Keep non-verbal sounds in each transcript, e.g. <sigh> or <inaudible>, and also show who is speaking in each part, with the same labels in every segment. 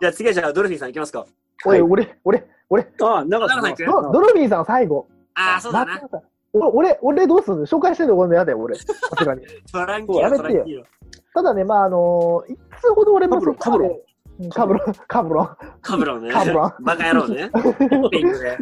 Speaker 1: じゃあ次はじゃあドルフィンさんいきますか。
Speaker 2: 俺、俺、俺、俺、
Speaker 3: あ、長
Speaker 1: 長
Speaker 3: さ
Speaker 1: 野さん
Speaker 3: ん
Speaker 1: い。く
Speaker 2: ドドルフィンさん最後。
Speaker 1: ああ、そうだな
Speaker 2: 松。田さんお俺、俺どうするの紹介してるの俺の嫌だよ、俺。さすがに。 <laughs>
Speaker 1: トランキー
Speaker 2: や
Speaker 1: ロ、
Speaker 2: め
Speaker 1: ト
Speaker 2: て
Speaker 1: ラ
Speaker 2: よ
Speaker 1: ンキーロ。
Speaker 2: ただね、まあ、あのー、いつほど俺も
Speaker 3: カブロ
Speaker 2: そこま
Speaker 3: ン
Speaker 2: でうんカブロン、 <laughs> カブロン。
Speaker 1: カブロンね。
Speaker 2: カブロン
Speaker 1: バカ野郎
Speaker 2: <laughs>
Speaker 1: ね。ピンクで。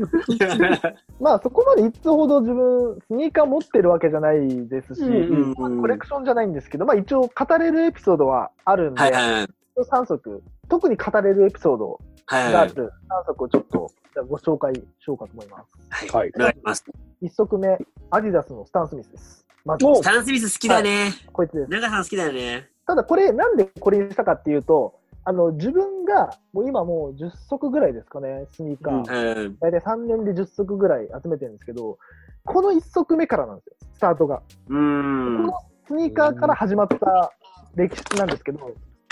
Speaker 2: まあ、そこまでいつほど自分、スニーカー持ってるわけじゃないですし、
Speaker 3: うん
Speaker 1: うん
Speaker 2: コレクションじゃないんですけど、まあ、一応語れるエピソードはあるんで、
Speaker 1: はいはいはい。
Speaker 2: 3足、特に語れるエピソード
Speaker 1: はい
Speaker 2: が
Speaker 1: は
Speaker 2: あ
Speaker 1: い
Speaker 2: る3足をちょっとじゃあご紹介しようかと思います。
Speaker 3: はい
Speaker 1: お。願いします。
Speaker 2: 1足目、アディダスのスタン・スミスです。まず、
Speaker 3: お
Speaker 1: スタン・スミス好きだね。
Speaker 2: こいつです。
Speaker 1: 長さん好きだよね。
Speaker 2: ただ、これ、なんでこれにしたかっていうと、あの、自分が、もう今もう10足ぐらいですかね、スニーカー。
Speaker 3: うん
Speaker 1: うん。
Speaker 2: 大体3年で10足ぐらい集めてるんですけど、この1足目からなんですよ、スタートが。
Speaker 1: うん。
Speaker 2: スニーカーから始まった歴史なんですけど、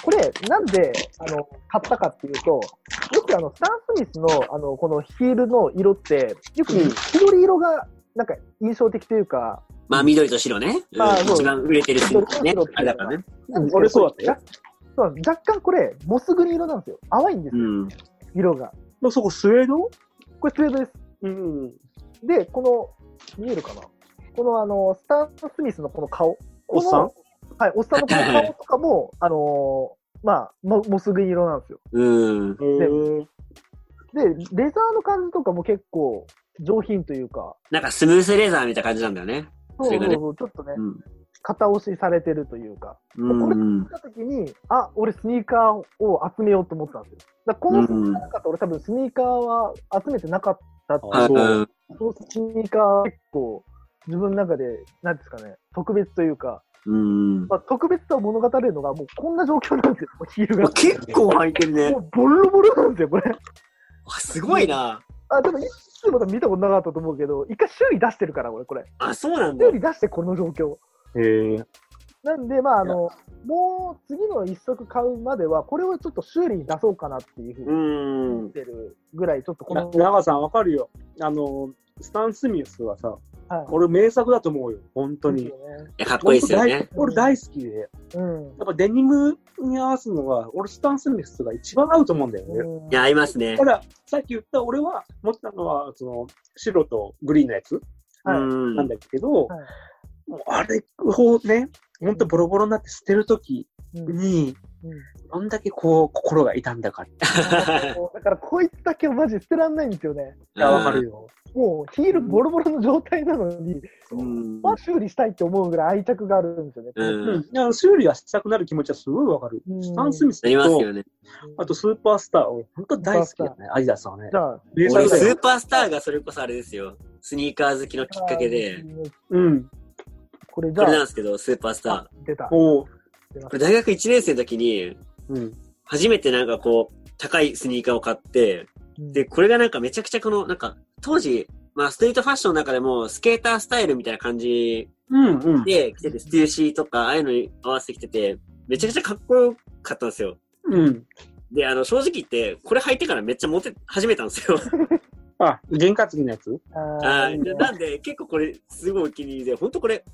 Speaker 2: これ、なんで、あの、買ったかっていうと、よくあの、スタン・スミスの、あの、このヒールの色って、よく
Speaker 3: うん
Speaker 2: 緑色が、なんか印象的というか、
Speaker 1: まあ、緑と白ね。うん
Speaker 2: あーそう
Speaker 1: 一番売れてるスニーカーね
Speaker 2: 緑と。白
Speaker 1: あれだからね。
Speaker 2: なんですけど
Speaker 3: 俺そうだったよ。
Speaker 2: そうなんです若干これ、モスグリーン色なんですよ。淡いんです
Speaker 1: う
Speaker 2: よ、
Speaker 1: ん。
Speaker 2: 色が。
Speaker 3: まあそこスウェード
Speaker 2: これ、スウェードです。
Speaker 3: うん。
Speaker 2: で、この、見えるかなこの、あの、スタン・スミスのこの顔。
Speaker 3: おっさん
Speaker 2: このはい、おっさんのこの顔とか
Speaker 3: <laughs>
Speaker 2: も、あのーまあ、モモスグリーン色なんですよ。
Speaker 1: うん。
Speaker 3: うん。
Speaker 2: で、レザーの感じとかも結構上品というか、
Speaker 1: なんかスムースレーザーみたいな感じなんだよね。
Speaker 2: そう
Speaker 1: そ
Speaker 2: そ
Speaker 1: れ
Speaker 2: う
Speaker 1: がね
Speaker 2: そう、ちょっとね
Speaker 1: う、ん。
Speaker 2: 型押しされてるというか、
Speaker 1: うん
Speaker 2: 見。たときに、あ、俺スニーカーを集めようと思ったんですよ。だからこのスニーカーなかったら俺多分スニーカーは集めてなかったっていう
Speaker 3: あ
Speaker 1: う。
Speaker 3: そうん
Speaker 2: そのスニーカーは結構自分の中で、なんですかね、特別というか、
Speaker 1: うん。
Speaker 2: まあ、特別さを物語るのがもうこんな状況なんですよ、ヒールが。
Speaker 1: 結構履いてるね
Speaker 2: も。うボロボロなんですよ、これ。
Speaker 1: あすごいな。
Speaker 2: あ、でもいつも多分見たことなかったと思うけど、一回修理出してるから、俺、これ。
Speaker 1: あ、そうなんだ
Speaker 2: 修。理出してこの状況。
Speaker 3: へえ。
Speaker 2: なんで、まあ、あの、もう次の一足買うまでは、これをちょっと修理に出そうかなっていうふう
Speaker 1: う
Speaker 2: に思っ
Speaker 1: ん。
Speaker 2: てるぐらい、ちょっとこ
Speaker 3: な
Speaker 2: の、
Speaker 3: 長さんわかるよ。あの、スタン・スミスはさ、
Speaker 2: はい
Speaker 3: 俺名作だと思うよ。本当
Speaker 2: いい
Speaker 3: に
Speaker 2: よ。ね
Speaker 1: いやかっこいいですよね。
Speaker 3: 俺大好きで、や
Speaker 2: うん。
Speaker 3: っぱデニムに合わすのが、俺スタン・スミスが一番合うと思うんだよね。
Speaker 2: うん
Speaker 1: いや、合いますね
Speaker 3: た。だ、さっき言った俺は持ってたのは、その、白とグリーンのやつ
Speaker 1: う
Speaker 2: はい
Speaker 1: ん
Speaker 3: なん。だけど、
Speaker 2: はい
Speaker 3: もうあれをね、ほんとボロボロになって捨てるとき
Speaker 2: うん
Speaker 3: に、
Speaker 2: うん
Speaker 3: どんだけこう、心が痛んだかって。
Speaker 2: だから、こいつだけはマジ捨てらんないんですよね。
Speaker 3: わかるよ。
Speaker 2: もう、ヒールボロボロの状態なのに、
Speaker 1: うん。
Speaker 2: まあ、修理したいって思うぐらい愛着があるんですよね。
Speaker 1: うん
Speaker 3: うん。あの修理がしたくなる気持ちはすごいわかる。
Speaker 2: うん
Speaker 3: スタン・スミス
Speaker 1: なります
Speaker 3: と、
Speaker 1: よね。
Speaker 3: あとスーパースター、俺本当大好きだね、アディダスはね
Speaker 2: じ。ゃあ、
Speaker 3: 名
Speaker 1: 俺、
Speaker 3: 作
Speaker 1: ス
Speaker 3: だ
Speaker 1: ー
Speaker 3: よ。
Speaker 1: パースターがそれこそあれですよ。スニーカー好きのきっかけで、、
Speaker 3: うん。
Speaker 2: これじ
Speaker 1: こ
Speaker 2: ゃ
Speaker 1: れなん
Speaker 2: あ
Speaker 1: ですけど、スーパースター。、
Speaker 2: 出た。
Speaker 3: おう。
Speaker 1: これ大学1年生の時に、
Speaker 3: うん。
Speaker 1: 初めてなんかこう、高いスニーカーを買って、で、これがなんかめちゃくちゃこの、なんか、当時、まあ、ストリートファッションの中でも、スケータースタイルみたいな感じ
Speaker 3: うんうん。
Speaker 1: で着てて、ステューシーとか、ああいうのに合わせてきてて、めちゃくちゃかっこよかったんですよ。
Speaker 3: うん。
Speaker 1: で、あの、正直言って、これ履いてからめっちゃモテ始めたんですよ。
Speaker 3: あ、験担ぎのやつ
Speaker 1: あ
Speaker 2: ーいい
Speaker 1: ー
Speaker 2: ね
Speaker 1: なんで、結構これ、すごいお気に入りで、ほんとこれ、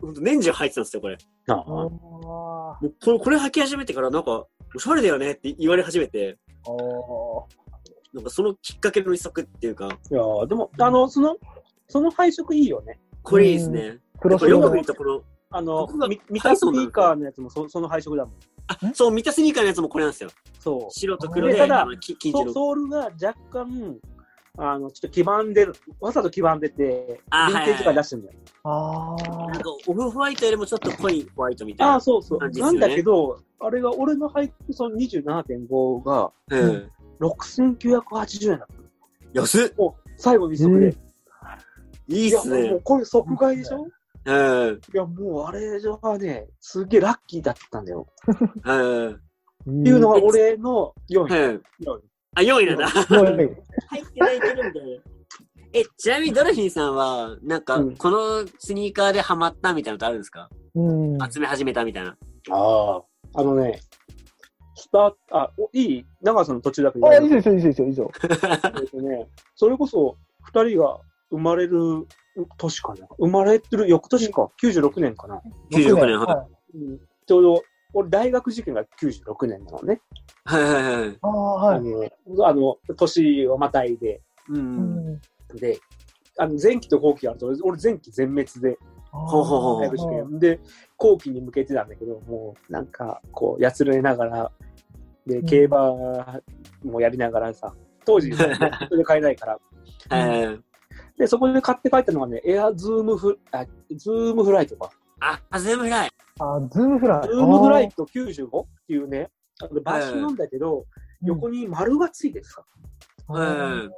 Speaker 1: ほんと年中履いてたんですよ、これ。
Speaker 3: なあ
Speaker 2: あ
Speaker 1: もうこれ、これ履き始めてから、なんか、おしゃれだよねって言われ始めて、
Speaker 2: ーお
Speaker 1: なんかそのきっかけの一足っていうか、
Speaker 3: いやーでも、あの、その、その配色いいよね。
Speaker 1: これいいですね。
Speaker 2: ー。ク
Speaker 1: や
Speaker 2: ロ
Speaker 1: っ
Speaker 2: ス
Speaker 1: ぱ
Speaker 2: ロ
Speaker 1: よ
Speaker 2: ー
Speaker 1: く
Speaker 2: ド
Speaker 1: 見ると、この、
Speaker 3: あの
Speaker 1: ここが、
Speaker 3: み見
Speaker 1: は
Speaker 3: た
Speaker 1: い
Speaker 3: ス
Speaker 1: そうな
Speaker 3: ニ
Speaker 1: の
Speaker 3: ーカーのやつもそその配色だもん。
Speaker 1: あ、そう、見たスニーカーのやつもこれなんですよ。
Speaker 3: そう。
Speaker 1: 白と黒
Speaker 3: で
Speaker 1: で、
Speaker 3: ただ
Speaker 1: あの、き金
Speaker 3: ソ
Speaker 1: 色の。
Speaker 3: ソールが若干、あの、ちょっと黄ばんでる。わざと黄ばんでて、ヴ
Speaker 1: あ
Speaker 3: ィンテージ感出してるんだよ。
Speaker 2: あ
Speaker 1: なん
Speaker 2: ー
Speaker 1: か、オフホワイトよりもちょっと濃いホワイトみたい
Speaker 3: あ
Speaker 1: な。
Speaker 3: あ、そうそう。
Speaker 1: 感じです
Speaker 3: な
Speaker 1: よね
Speaker 3: んだけど、あれが俺の配色、その27.5が
Speaker 1: うん。
Speaker 3: 6980円だった。
Speaker 1: 安っ
Speaker 3: もう、最後にそこで。
Speaker 1: いい
Speaker 3: い
Speaker 1: っ
Speaker 3: や、
Speaker 1: す
Speaker 3: も
Speaker 1: ね
Speaker 3: う。これ即買いでしょ
Speaker 1: うん。
Speaker 3: いや、もうあれはね、すげえラッキーだったんだよ。
Speaker 1: うん。
Speaker 3: っていうのが
Speaker 1: うん
Speaker 3: 俺の4位。
Speaker 1: うん。
Speaker 3: 4
Speaker 1: あ、4位なんだ。
Speaker 2: すごい
Speaker 1: <laughs>
Speaker 2: ね
Speaker 1: 入ってないけどみたいな。 <laughs> え、ちなみにドルフィンさんは、なんか、
Speaker 3: うん
Speaker 1: このスニーカーでハマったみたいなのってあるんですか、
Speaker 2: うん。
Speaker 1: 集め始めたみたいな。
Speaker 3: ああ。あのね、スタート、あ、おいい長さんの途中だけど。
Speaker 2: あ、いいですよ、いいですよ、いいですよ。
Speaker 3: えっとね、それこそ2人が生まれる年かな。生まれてる翌年か。96年かな。
Speaker 1: 96年、
Speaker 2: は
Speaker 1: は
Speaker 3: うんちょうど俺、大学受験が96年なのね。
Speaker 1: はいはいはい。
Speaker 2: ああ、は
Speaker 3: あ
Speaker 2: い。
Speaker 3: の、あの年をまたいで、
Speaker 1: う。
Speaker 2: うんん。
Speaker 3: で、あの前期と後期があると、俺、前期全滅で、
Speaker 1: ほうほうほう
Speaker 3: 大学受験。で、後期に向けてたんだけど、もう、なんか、こう、やつれながら、で、
Speaker 2: うん
Speaker 3: 競馬もやりながらさ、当時、
Speaker 2: <laughs>
Speaker 3: ネットで買えないから、
Speaker 1: はいはいはい。
Speaker 3: で、そこで買って帰ったのがね、エアズームフ、あ、ズームフライトか。
Speaker 1: あ、アズームフライ。
Speaker 2: あーズームフライ。
Speaker 3: ズームフライ
Speaker 2: あ
Speaker 3: ト95っていうね、あのバッシュなんだけど、
Speaker 2: ー
Speaker 3: 横に丸がついてるさ、
Speaker 2: うん
Speaker 1: うん。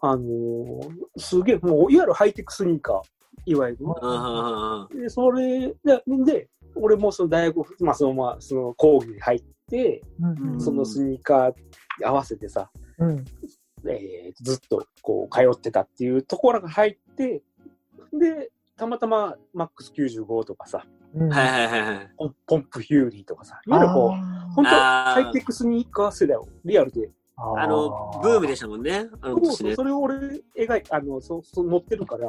Speaker 3: あのーすげえ、もう、いわゆるハイテクスニーカー、いわゆるね。
Speaker 1: うんうんうん
Speaker 3: で、それで、で、俺もその大学、まあ、そのまま、その講義に入って、
Speaker 2: うん
Speaker 3: そのスニーカーに合わせてさ、
Speaker 2: うん。
Speaker 3: えーずっとこう通ってたっていうところが入って、で、たまたま MAX95 とかさ、
Speaker 2: うん。
Speaker 1: はいはいはいはい。
Speaker 3: ポンポンプヒューリーとかさ、いわゆるこう、本当
Speaker 1: あ
Speaker 3: ハ
Speaker 1: ー
Speaker 3: イテクスニーカー世代をリアルで、
Speaker 2: あ
Speaker 1: あの、ブームでしたもんね。あの
Speaker 3: そう
Speaker 1: 年
Speaker 3: そう
Speaker 1: ね。
Speaker 3: それを俺描いて、あの、そそ乗ってるから、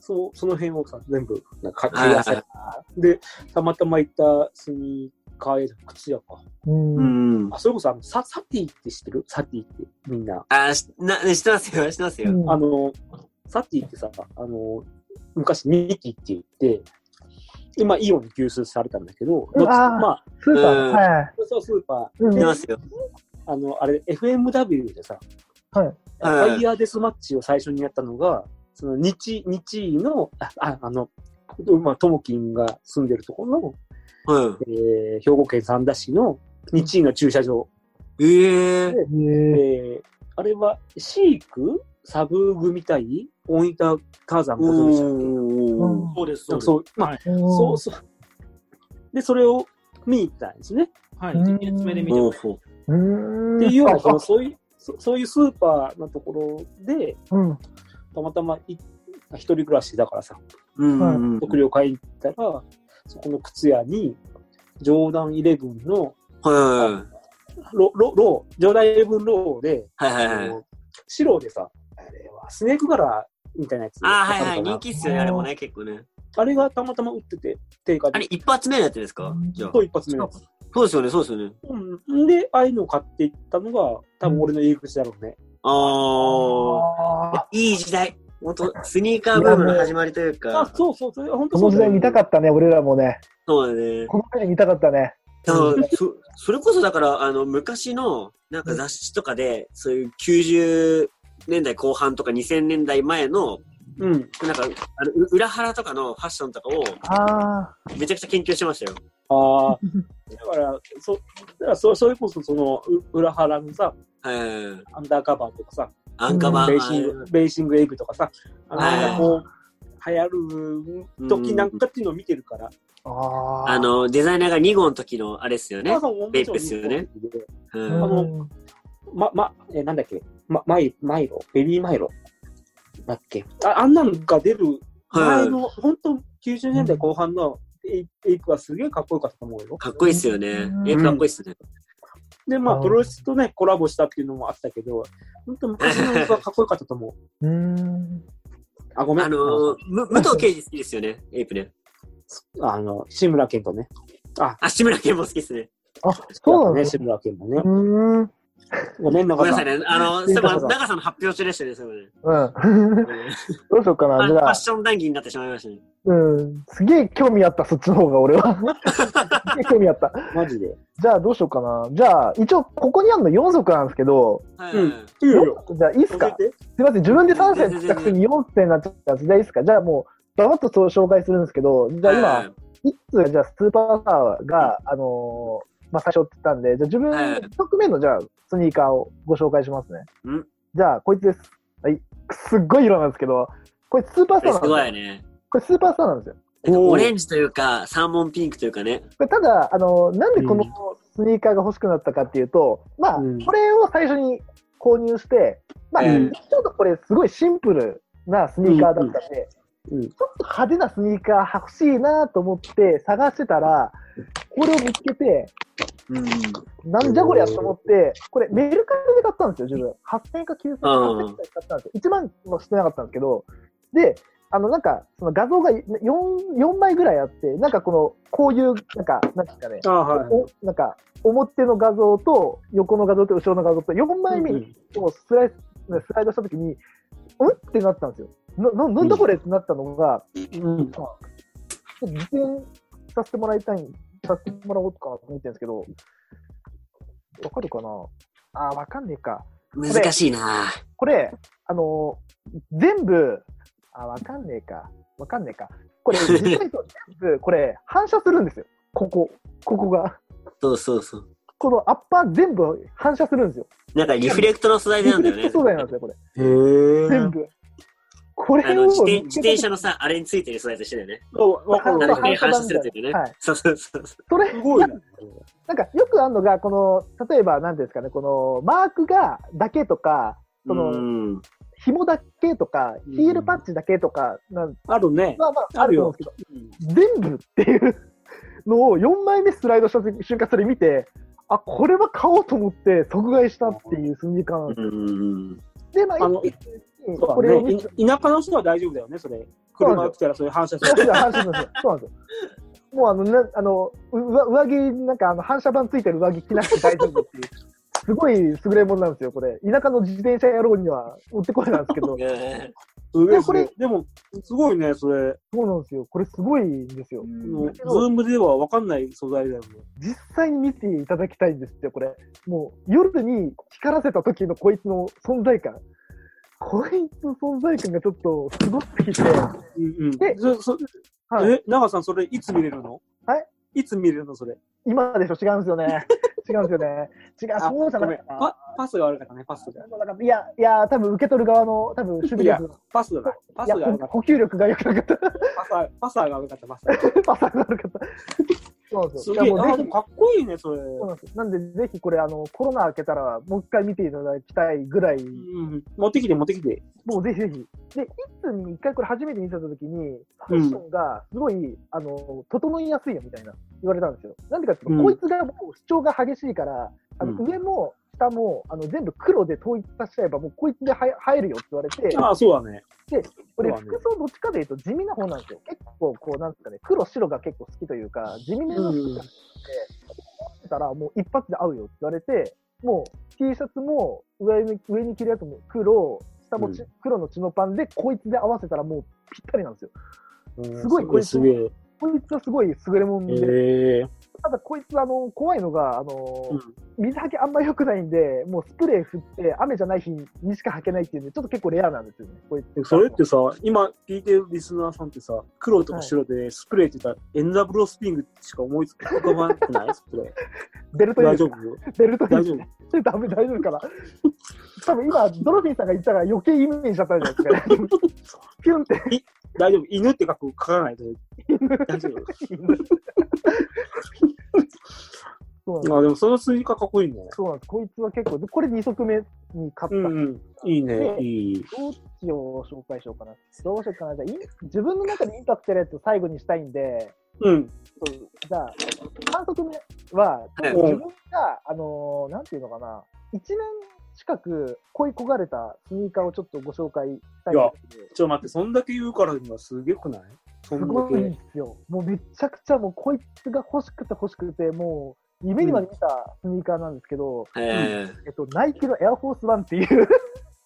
Speaker 3: そうその辺をさ、全部なんか買い合わせで、たまたま行ったスニーカーや靴やか。
Speaker 2: うん。
Speaker 1: うん。
Speaker 3: あ、それこそあのサ、サティって知ってるサティってみんな。
Speaker 1: あ、しな、知ってますよ、知ってますよ。
Speaker 2: うん
Speaker 3: あの、サティってさ、あの、昔ミキって言って、今イオンに吸収されたんだけど、
Speaker 2: うわー
Speaker 3: まあ、
Speaker 2: スーパ
Speaker 1: う
Speaker 2: ー。
Speaker 1: ん
Speaker 2: はい。
Speaker 3: そうスーパ
Speaker 2: う
Speaker 1: 知
Speaker 2: ん
Speaker 1: ってますよ。
Speaker 3: ー、あの、あれ、FMW でさ、
Speaker 2: はい。
Speaker 3: ファイヤーデスマッチを最初にやったのが、その日、日位の、あ、ああの、まあ、ともきんが住んでるところの、
Speaker 1: うん。
Speaker 3: えー兵庫県三田市の日位の駐車場。
Speaker 1: ええ。
Speaker 2: へえ。
Speaker 3: えーあれは、シークサブー組対オンイタターザンことでしたっけ
Speaker 2: うん
Speaker 1: そうです、
Speaker 3: な
Speaker 1: そうんで
Speaker 3: か
Speaker 1: す。
Speaker 3: そう、まあ、そうそう。で、それを見に行ったんですね。
Speaker 4: はい。
Speaker 2: うん
Speaker 4: 1列目で見て
Speaker 1: う
Speaker 4: ま
Speaker 1: ん
Speaker 4: す。
Speaker 1: そう
Speaker 2: うん。
Speaker 3: っていうような、そ
Speaker 2: あ
Speaker 3: のそういう、そそういうスーパーのところで、
Speaker 2: うん。
Speaker 3: たまたまい一人暮らしだからさ、
Speaker 1: うん
Speaker 2: はい
Speaker 1: うん。
Speaker 3: 食料買いに行ったら、そこの靴屋に、ジョーダン11の
Speaker 1: はい
Speaker 3: ロ、ロ、ロー、ジョーダン11ローで、
Speaker 1: はい
Speaker 3: あ
Speaker 1: はいはい。
Speaker 3: の白でさ、あれはスネーク柄みたいなやつ。
Speaker 1: あーはいは
Speaker 3: わか
Speaker 1: い。
Speaker 3: るかな
Speaker 1: 人気っすよね、あれもね、結構ね。
Speaker 3: あれがたまたま売ってて、定価
Speaker 1: あれ
Speaker 3: で。、
Speaker 1: 一発目のやつですかじゃあ。
Speaker 3: と一発目のやつ
Speaker 1: そうですよね、そうですよね。
Speaker 3: うん、で、ああいうのを買っていったのが、多分俺の入り口だろうね。
Speaker 1: あ
Speaker 2: あ
Speaker 1: あ。いい時代。本当スニーカーブームの始まりという
Speaker 3: あ
Speaker 1: か、、
Speaker 3: そうそう、それ本
Speaker 2: ー。こ
Speaker 3: 当そ
Speaker 2: の
Speaker 3: う
Speaker 2: 時
Speaker 3: だ
Speaker 2: 代
Speaker 3: よ
Speaker 2: 見たかったね、俺らもね。
Speaker 1: そうだね。
Speaker 2: この時代見たかったね。
Speaker 1: だからそそれこそだからあの昔のなんか雑誌とかでそういう90年代後半とか2000年代前の
Speaker 3: うん。
Speaker 1: なんかあのう裏腹とかのファッションとかを
Speaker 2: あ
Speaker 1: めちゃくちゃ研究してましたよ。
Speaker 3: ああ。だから、そ、だからそそれこそその、う裏腹のさ、
Speaker 1: はい。
Speaker 3: アンダーカバーとかさ、
Speaker 1: アンカバン。
Speaker 3: ベーシング、ベーシングエイブとかさ、あの
Speaker 1: はい
Speaker 3: なんかこう、流行る時なんかっていうのを見てるから。
Speaker 2: あ。ああ。
Speaker 1: あ、の、デザイナーが2号の時のあれですよね
Speaker 3: 母。さんももちろん
Speaker 1: ベイプっすよねう。
Speaker 2: うん
Speaker 3: あ
Speaker 1: は
Speaker 3: の
Speaker 2: ん。
Speaker 3: ま、ま、え、なんだっけ、ま、マイ、マイロ、ベビーマイロ。だっけ。あ、あんなんが出る前
Speaker 1: い。
Speaker 3: の、本当90年代後半のエイエイプはすげえかっこよかったと思うよ。
Speaker 1: かっこいいっすよね。え、かっこいいっすね。
Speaker 3: で、まあ、
Speaker 2: うん
Speaker 3: プロレスとね、コラボしたっていうのもあったけど、本当昔の映画かっこよかったと思う。
Speaker 2: うん。
Speaker 3: あ、ごめん。
Speaker 1: あのー、む武藤敬司好きですよね。エイプね。
Speaker 3: あの、志村けんとね。あ、
Speaker 1: あ、志村けんも好きっすね。
Speaker 2: あ、そうなん
Speaker 3: ね。
Speaker 2: で
Speaker 3: 志村けんもね
Speaker 2: う。 <laughs> ん。うん。
Speaker 3: ごめん、
Speaker 1: ご
Speaker 3: 中
Speaker 1: めんなさい。
Speaker 3: さん
Speaker 1: ね。あの、
Speaker 2: いい
Speaker 1: そ
Speaker 2: と
Speaker 1: うい
Speaker 2: こ
Speaker 1: え
Speaker 2: だ
Speaker 1: ば長さんの発表中でしたね、それね。
Speaker 2: どうしようか
Speaker 1: フ
Speaker 2: な。
Speaker 1: ァ
Speaker 2: じ
Speaker 1: ファ
Speaker 2: ゃ
Speaker 1: ッ
Speaker 2: あ、
Speaker 1: ション談義になってしまいましたね。
Speaker 2: うん。すげえ興味あった、そっちの方が俺は。 <laughs> すげえ興味あった。
Speaker 3: マジで。
Speaker 2: じゃあ、どうしようかな。じゃあ、一応、ここにあるの4足なんですけど、
Speaker 1: はい、
Speaker 3: うん
Speaker 1: はい
Speaker 3: いい
Speaker 2: じ
Speaker 3: よ。
Speaker 2: ゃあ、いいっす
Speaker 3: 教え
Speaker 2: か
Speaker 3: て。
Speaker 2: すいません、自分で3線って言ったくせに4線になっちゃったんです。じゃあ、いいっすか。じゃあ、もう、ばばっとそう紹介するんですけど、じゃあ、今、いつがじゃあ、スーパーサーが、あのーまあ、最初って言ったんで、じゃあ自
Speaker 1: はいはい
Speaker 2: 分、一足目の、じゃあ、スニーカーをご紹介しますね。
Speaker 1: うん
Speaker 2: じゃあ、こいつです。はい。すっごい色なんですけど、これスーパーサ
Speaker 1: こ
Speaker 2: ー
Speaker 1: れ
Speaker 2: なん
Speaker 1: す
Speaker 2: です
Speaker 1: ご
Speaker 2: よ。
Speaker 1: いね。
Speaker 2: これスーパーサーなんですよ。
Speaker 1: なんか
Speaker 3: おー
Speaker 1: オレンジというか、サーモンピンクというかね。
Speaker 2: これただ、あのーなんでこのスニーカーが欲しくなったかっていうと、まあ、
Speaker 3: うん
Speaker 2: これを最初に購入して、まあ、
Speaker 1: うん
Speaker 2: ちょっとこれすごいシンプルなスニーカーだったんで、
Speaker 3: うんうん
Speaker 2: ちょっと派手なスニーカー欲しいなと思って探してたら、これを見つけて、
Speaker 1: うん。
Speaker 2: なんじゃこりゃと思って、これメルカリで買ったんですよ、自分。8000円か9000円か買ったんですよ。1万もしてなかったんですけど、で、あの、なんか、その画像が4、4枚ぐらいあって、なんかこの、こういう、なんか、なんですかね、
Speaker 3: あはい。
Speaker 2: おなんか、表の画像と、横の画像と、後ろの画像と、4枚目にこうスライス、スライドしたときに、うんってなったんですよ。な、ななんだこれってなったのが、
Speaker 3: うん。
Speaker 2: ちょっと実演させてもらいたいん、させてもらおうかと思ってるんですけど、わかるかなあー、わかんねえか。
Speaker 1: 難しいな
Speaker 2: これ、あのー全部、あ、わかんねえか。わかんねえか。これ、実際と全部、これ、反射するんですよ。ここ、ここが。
Speaker 1: そうそうそう。
Speaker 2: このアッパー全部反射するんですよ。
Speaker 1: なんかリフレクトの素材なんだよね。
Speaker 2: 素材なんですよ、これ。
Speaker 3: へぇ
Speaker 2: 全部。こ
Speaker 1: あ
Speaker 2: れ
Speaker 1: の
Speaker 2: を
Speaker 1: 自転、自転車のさ、あれについてる素材としてだよね。
Speaker 3: わか
Speaker 2: そう
Speaker 1: な
Speaker 3: る
Speaker 1: ん
Speaker 3: わ
Speaker 1: か
Speaker 3: か
Speaker 1: に
Speaker 3: る。
Speaker 1: 反射するというかね。
Speaker 2: はい
Speaker 1: そうそうそうそう。
Speaker 2: それ、
Speaker 3: すごい
Speaker 2: な。なんかよくあるのが、この、例えば、なんていうんですかね、この、マークが、だけとか、その
Speaker 1: うん。
Speaker 2: 紐だけとか、ヒールパッチだけとか、なん
Speaker 3: あるね。
Speaker 2: まあまあ、あ
Speaker 3: あ
Speaker 2: る
Speaker 3: る
Speaker 2: と思うん
Speaker 3: よ
Speaker 2: ですけど、。全部っていうのを4枚目スライドした瞬間それ見てあこれは買おうと思って即買いしたっていう数時間
Speaker 1: うん。
Speaker 2: でまあ
Speaker 3: あの
Speaker 2: 一気に
Speaker 3: そ
Speaker 2: こ
Speaker 3: う
Speaker 2: れ
Speaker 3: だ
Speaker 2: を見
Speaker 3: ね。
Speaker 2: て
Speaker 3: い田舎の人は大丈夫だよね、それ。
Speaker 2: そうなんです
Speaker 3: 車
Speaker 2: よ
Speaker 3: 来たらそれ反射す
Speaker 2: そう
Speaker 3: る。
Speaker 2: なんですよそうなんですよもうあのなあのう上上着なんかあの反射板ついてる上着着なくて大丈夫っていうすごい優れものなんですよこれ田舎の自転車野郎には追ってこいなんですけど
Speaker 3: <laughs> すげえ
Speaker 2: これ
Speaker 3: すげえでも、すごいね、それ。
Speaker 2: そうなんですよこれすごいんですよ
Speaker 3: もうズ
Speaker 2: けど
Speaker 3: ームではわかんない素材だよね。
Speaker 2: 実際に見ていただきたいんですよ、これ。もう夜に光らせた時のこいつの存在感。こいつの存在感がちょっとすごすぎて。は
Speaker 3: うんうん。
Speaker 2: え
Speaker 3: そそ
Speaker 2: い、
Speaker 3: え、長さん、それいつ見れるの
Speaker 2: はい
Speaker 3: いつ見れるのそれ。
Speaker 2: 今でしょ違うんですよね。違うんですよね。違う、
Speaker 3: あ
Speaker 2: そうじゃな
Speaker 3: ごめ
Speaker 2: い
Speaker 3: ん。パパスが悪かったね、パスが。
Speaker 2: いや、いや、多分受け取る側の、多分守備力の、
Speaker 3: パスだな。パス
Speaker 2: いや
Speaker 3: が悪かっ。
Speaker 2: 呼吸力が良くなかった <laughs>
Speaker 3: パスはパスが悪かった、パスが。
Speaker 2: た。パサが悪かった。そうなんです
Speaker 3: す
Speaker 2: よ。
Speaker 3: げ
Speaker 2: い
Speaker 3: え。
Speaker 2: やもうぜ
Speaker 3: あ、
Speaker 2: ひ
Speaker 3: でもかっこいいね、それ。
Speaker 2: そうなんですよなんで、ぜひこれ、あの、コロナ明けたら、もう一回見ていただきたいぐらい
Speaker 3: うん。持ってきて、持ってきて。
Speaker 2: もうぜひぜひ。で、いつに一回これ初めて見せたときに、フ
Speaker 3: うん
Speaker 2: ァッションがすごい、あの、整いやすいよみたいな言われたんですよ。なんでかっていうと、
Speaker 3: うん
Speaker 2: こいつがもう主張が激しいから、あの、
Speaker 3: うん
Speaker 2: 上も下も、あの、全部黒で統一させちゃえば、もうこいつでは入るよって言われて、
Speaker 3: ああ、そうだね。
Speaker 2: これ
Speaker 3: そうだね
Speaker 2: 服装どっちかで言うと地味な方なんですよ。結構こう、なんですかね、黒白が結構好きというか、地味めの服が好きで、たらもう一発で合うよって言われて、もう T シャツも上に上に着るやつも黒、下もち、
Speaker 3: う
Speaker 2: 黒のチノパンで、こいつで合わせたらもうぴったりなんですよ。
Speaker 3: うん
Speaker 2: すごいこいつ
Speaker 3: すげえ。
Speaker 2: こいつはすごい優れもんで、
Speaker 3: へえ。
Speaker 2: ただこいつあの、怖いのが、あの水はけあんま良くないんで、もうスプレー振って雨じゃない日にしか履けないっていうんで、ちょっと結構レアなんですよね、こいつ。
Speaker 3: それってさ、今聞いてるリスナーさんってさ、黒とか白でスプレーって言ったら、エンダブロスピングしか思いつかばなくないスプレ
Speaker 2: ベルト
Speaker 3: ー。
Speaker 2: いいです
Speaker 3: 大丈夫
Speaker 2: かベルトいいです
Speaker 3: 大
Speaker 2: か
Speaker 3: 丈
Speaker 2: <laughs>
Speaker 3: 夫
Speaker 2: ダメ、大丈夫かな。多分今、ドロフィーさんが言ったから余計イメージしちゃったんじゃないですかね。ピュンって
Speaker 3: 大丈夫犬って書く、書かないと。大丈 <laughs> 夫
Speaker 2: そうなんです。
Speaker 3: あ、でもその数字がかっこいいね。 <laughs>
Speaker 2: そうなんです。こいつは結構、でこれ2足目に買った。
Speaker 3: うん
Speaker 2: どっ
Speaker 3: うん。いいね。いい。
Speaker 2: ちを紹介しようかな。どうしようかな。じゃあイン自分の中でインパクトのやつを最後にしたいんで、
Speaker 3: うん。
Speaker 2: そうじゃあ、3足目は、
Speaker 1: はい
Speaker 2: 自分が、あのーなんていうのかな、1年近く恋焦がれたスニーカーをちょっとご紹介したいんですけど。
Speaker 3: ちょっと待って、そんだけ言うからにはすげくないそん
Speaker 2: す
Speaker 3: だ
Speaker 2: ごいん
Speaker 3: け。
Speaker 2: ですよ。もうめちゃくちゃもうこいつが欲しくて欲しくて、もう夢にまで見たスニーカーなんですけど、
Speaker 1: えー
Speaker 2: えっと、ナイキのエアフォースワンっていう、 <laughs>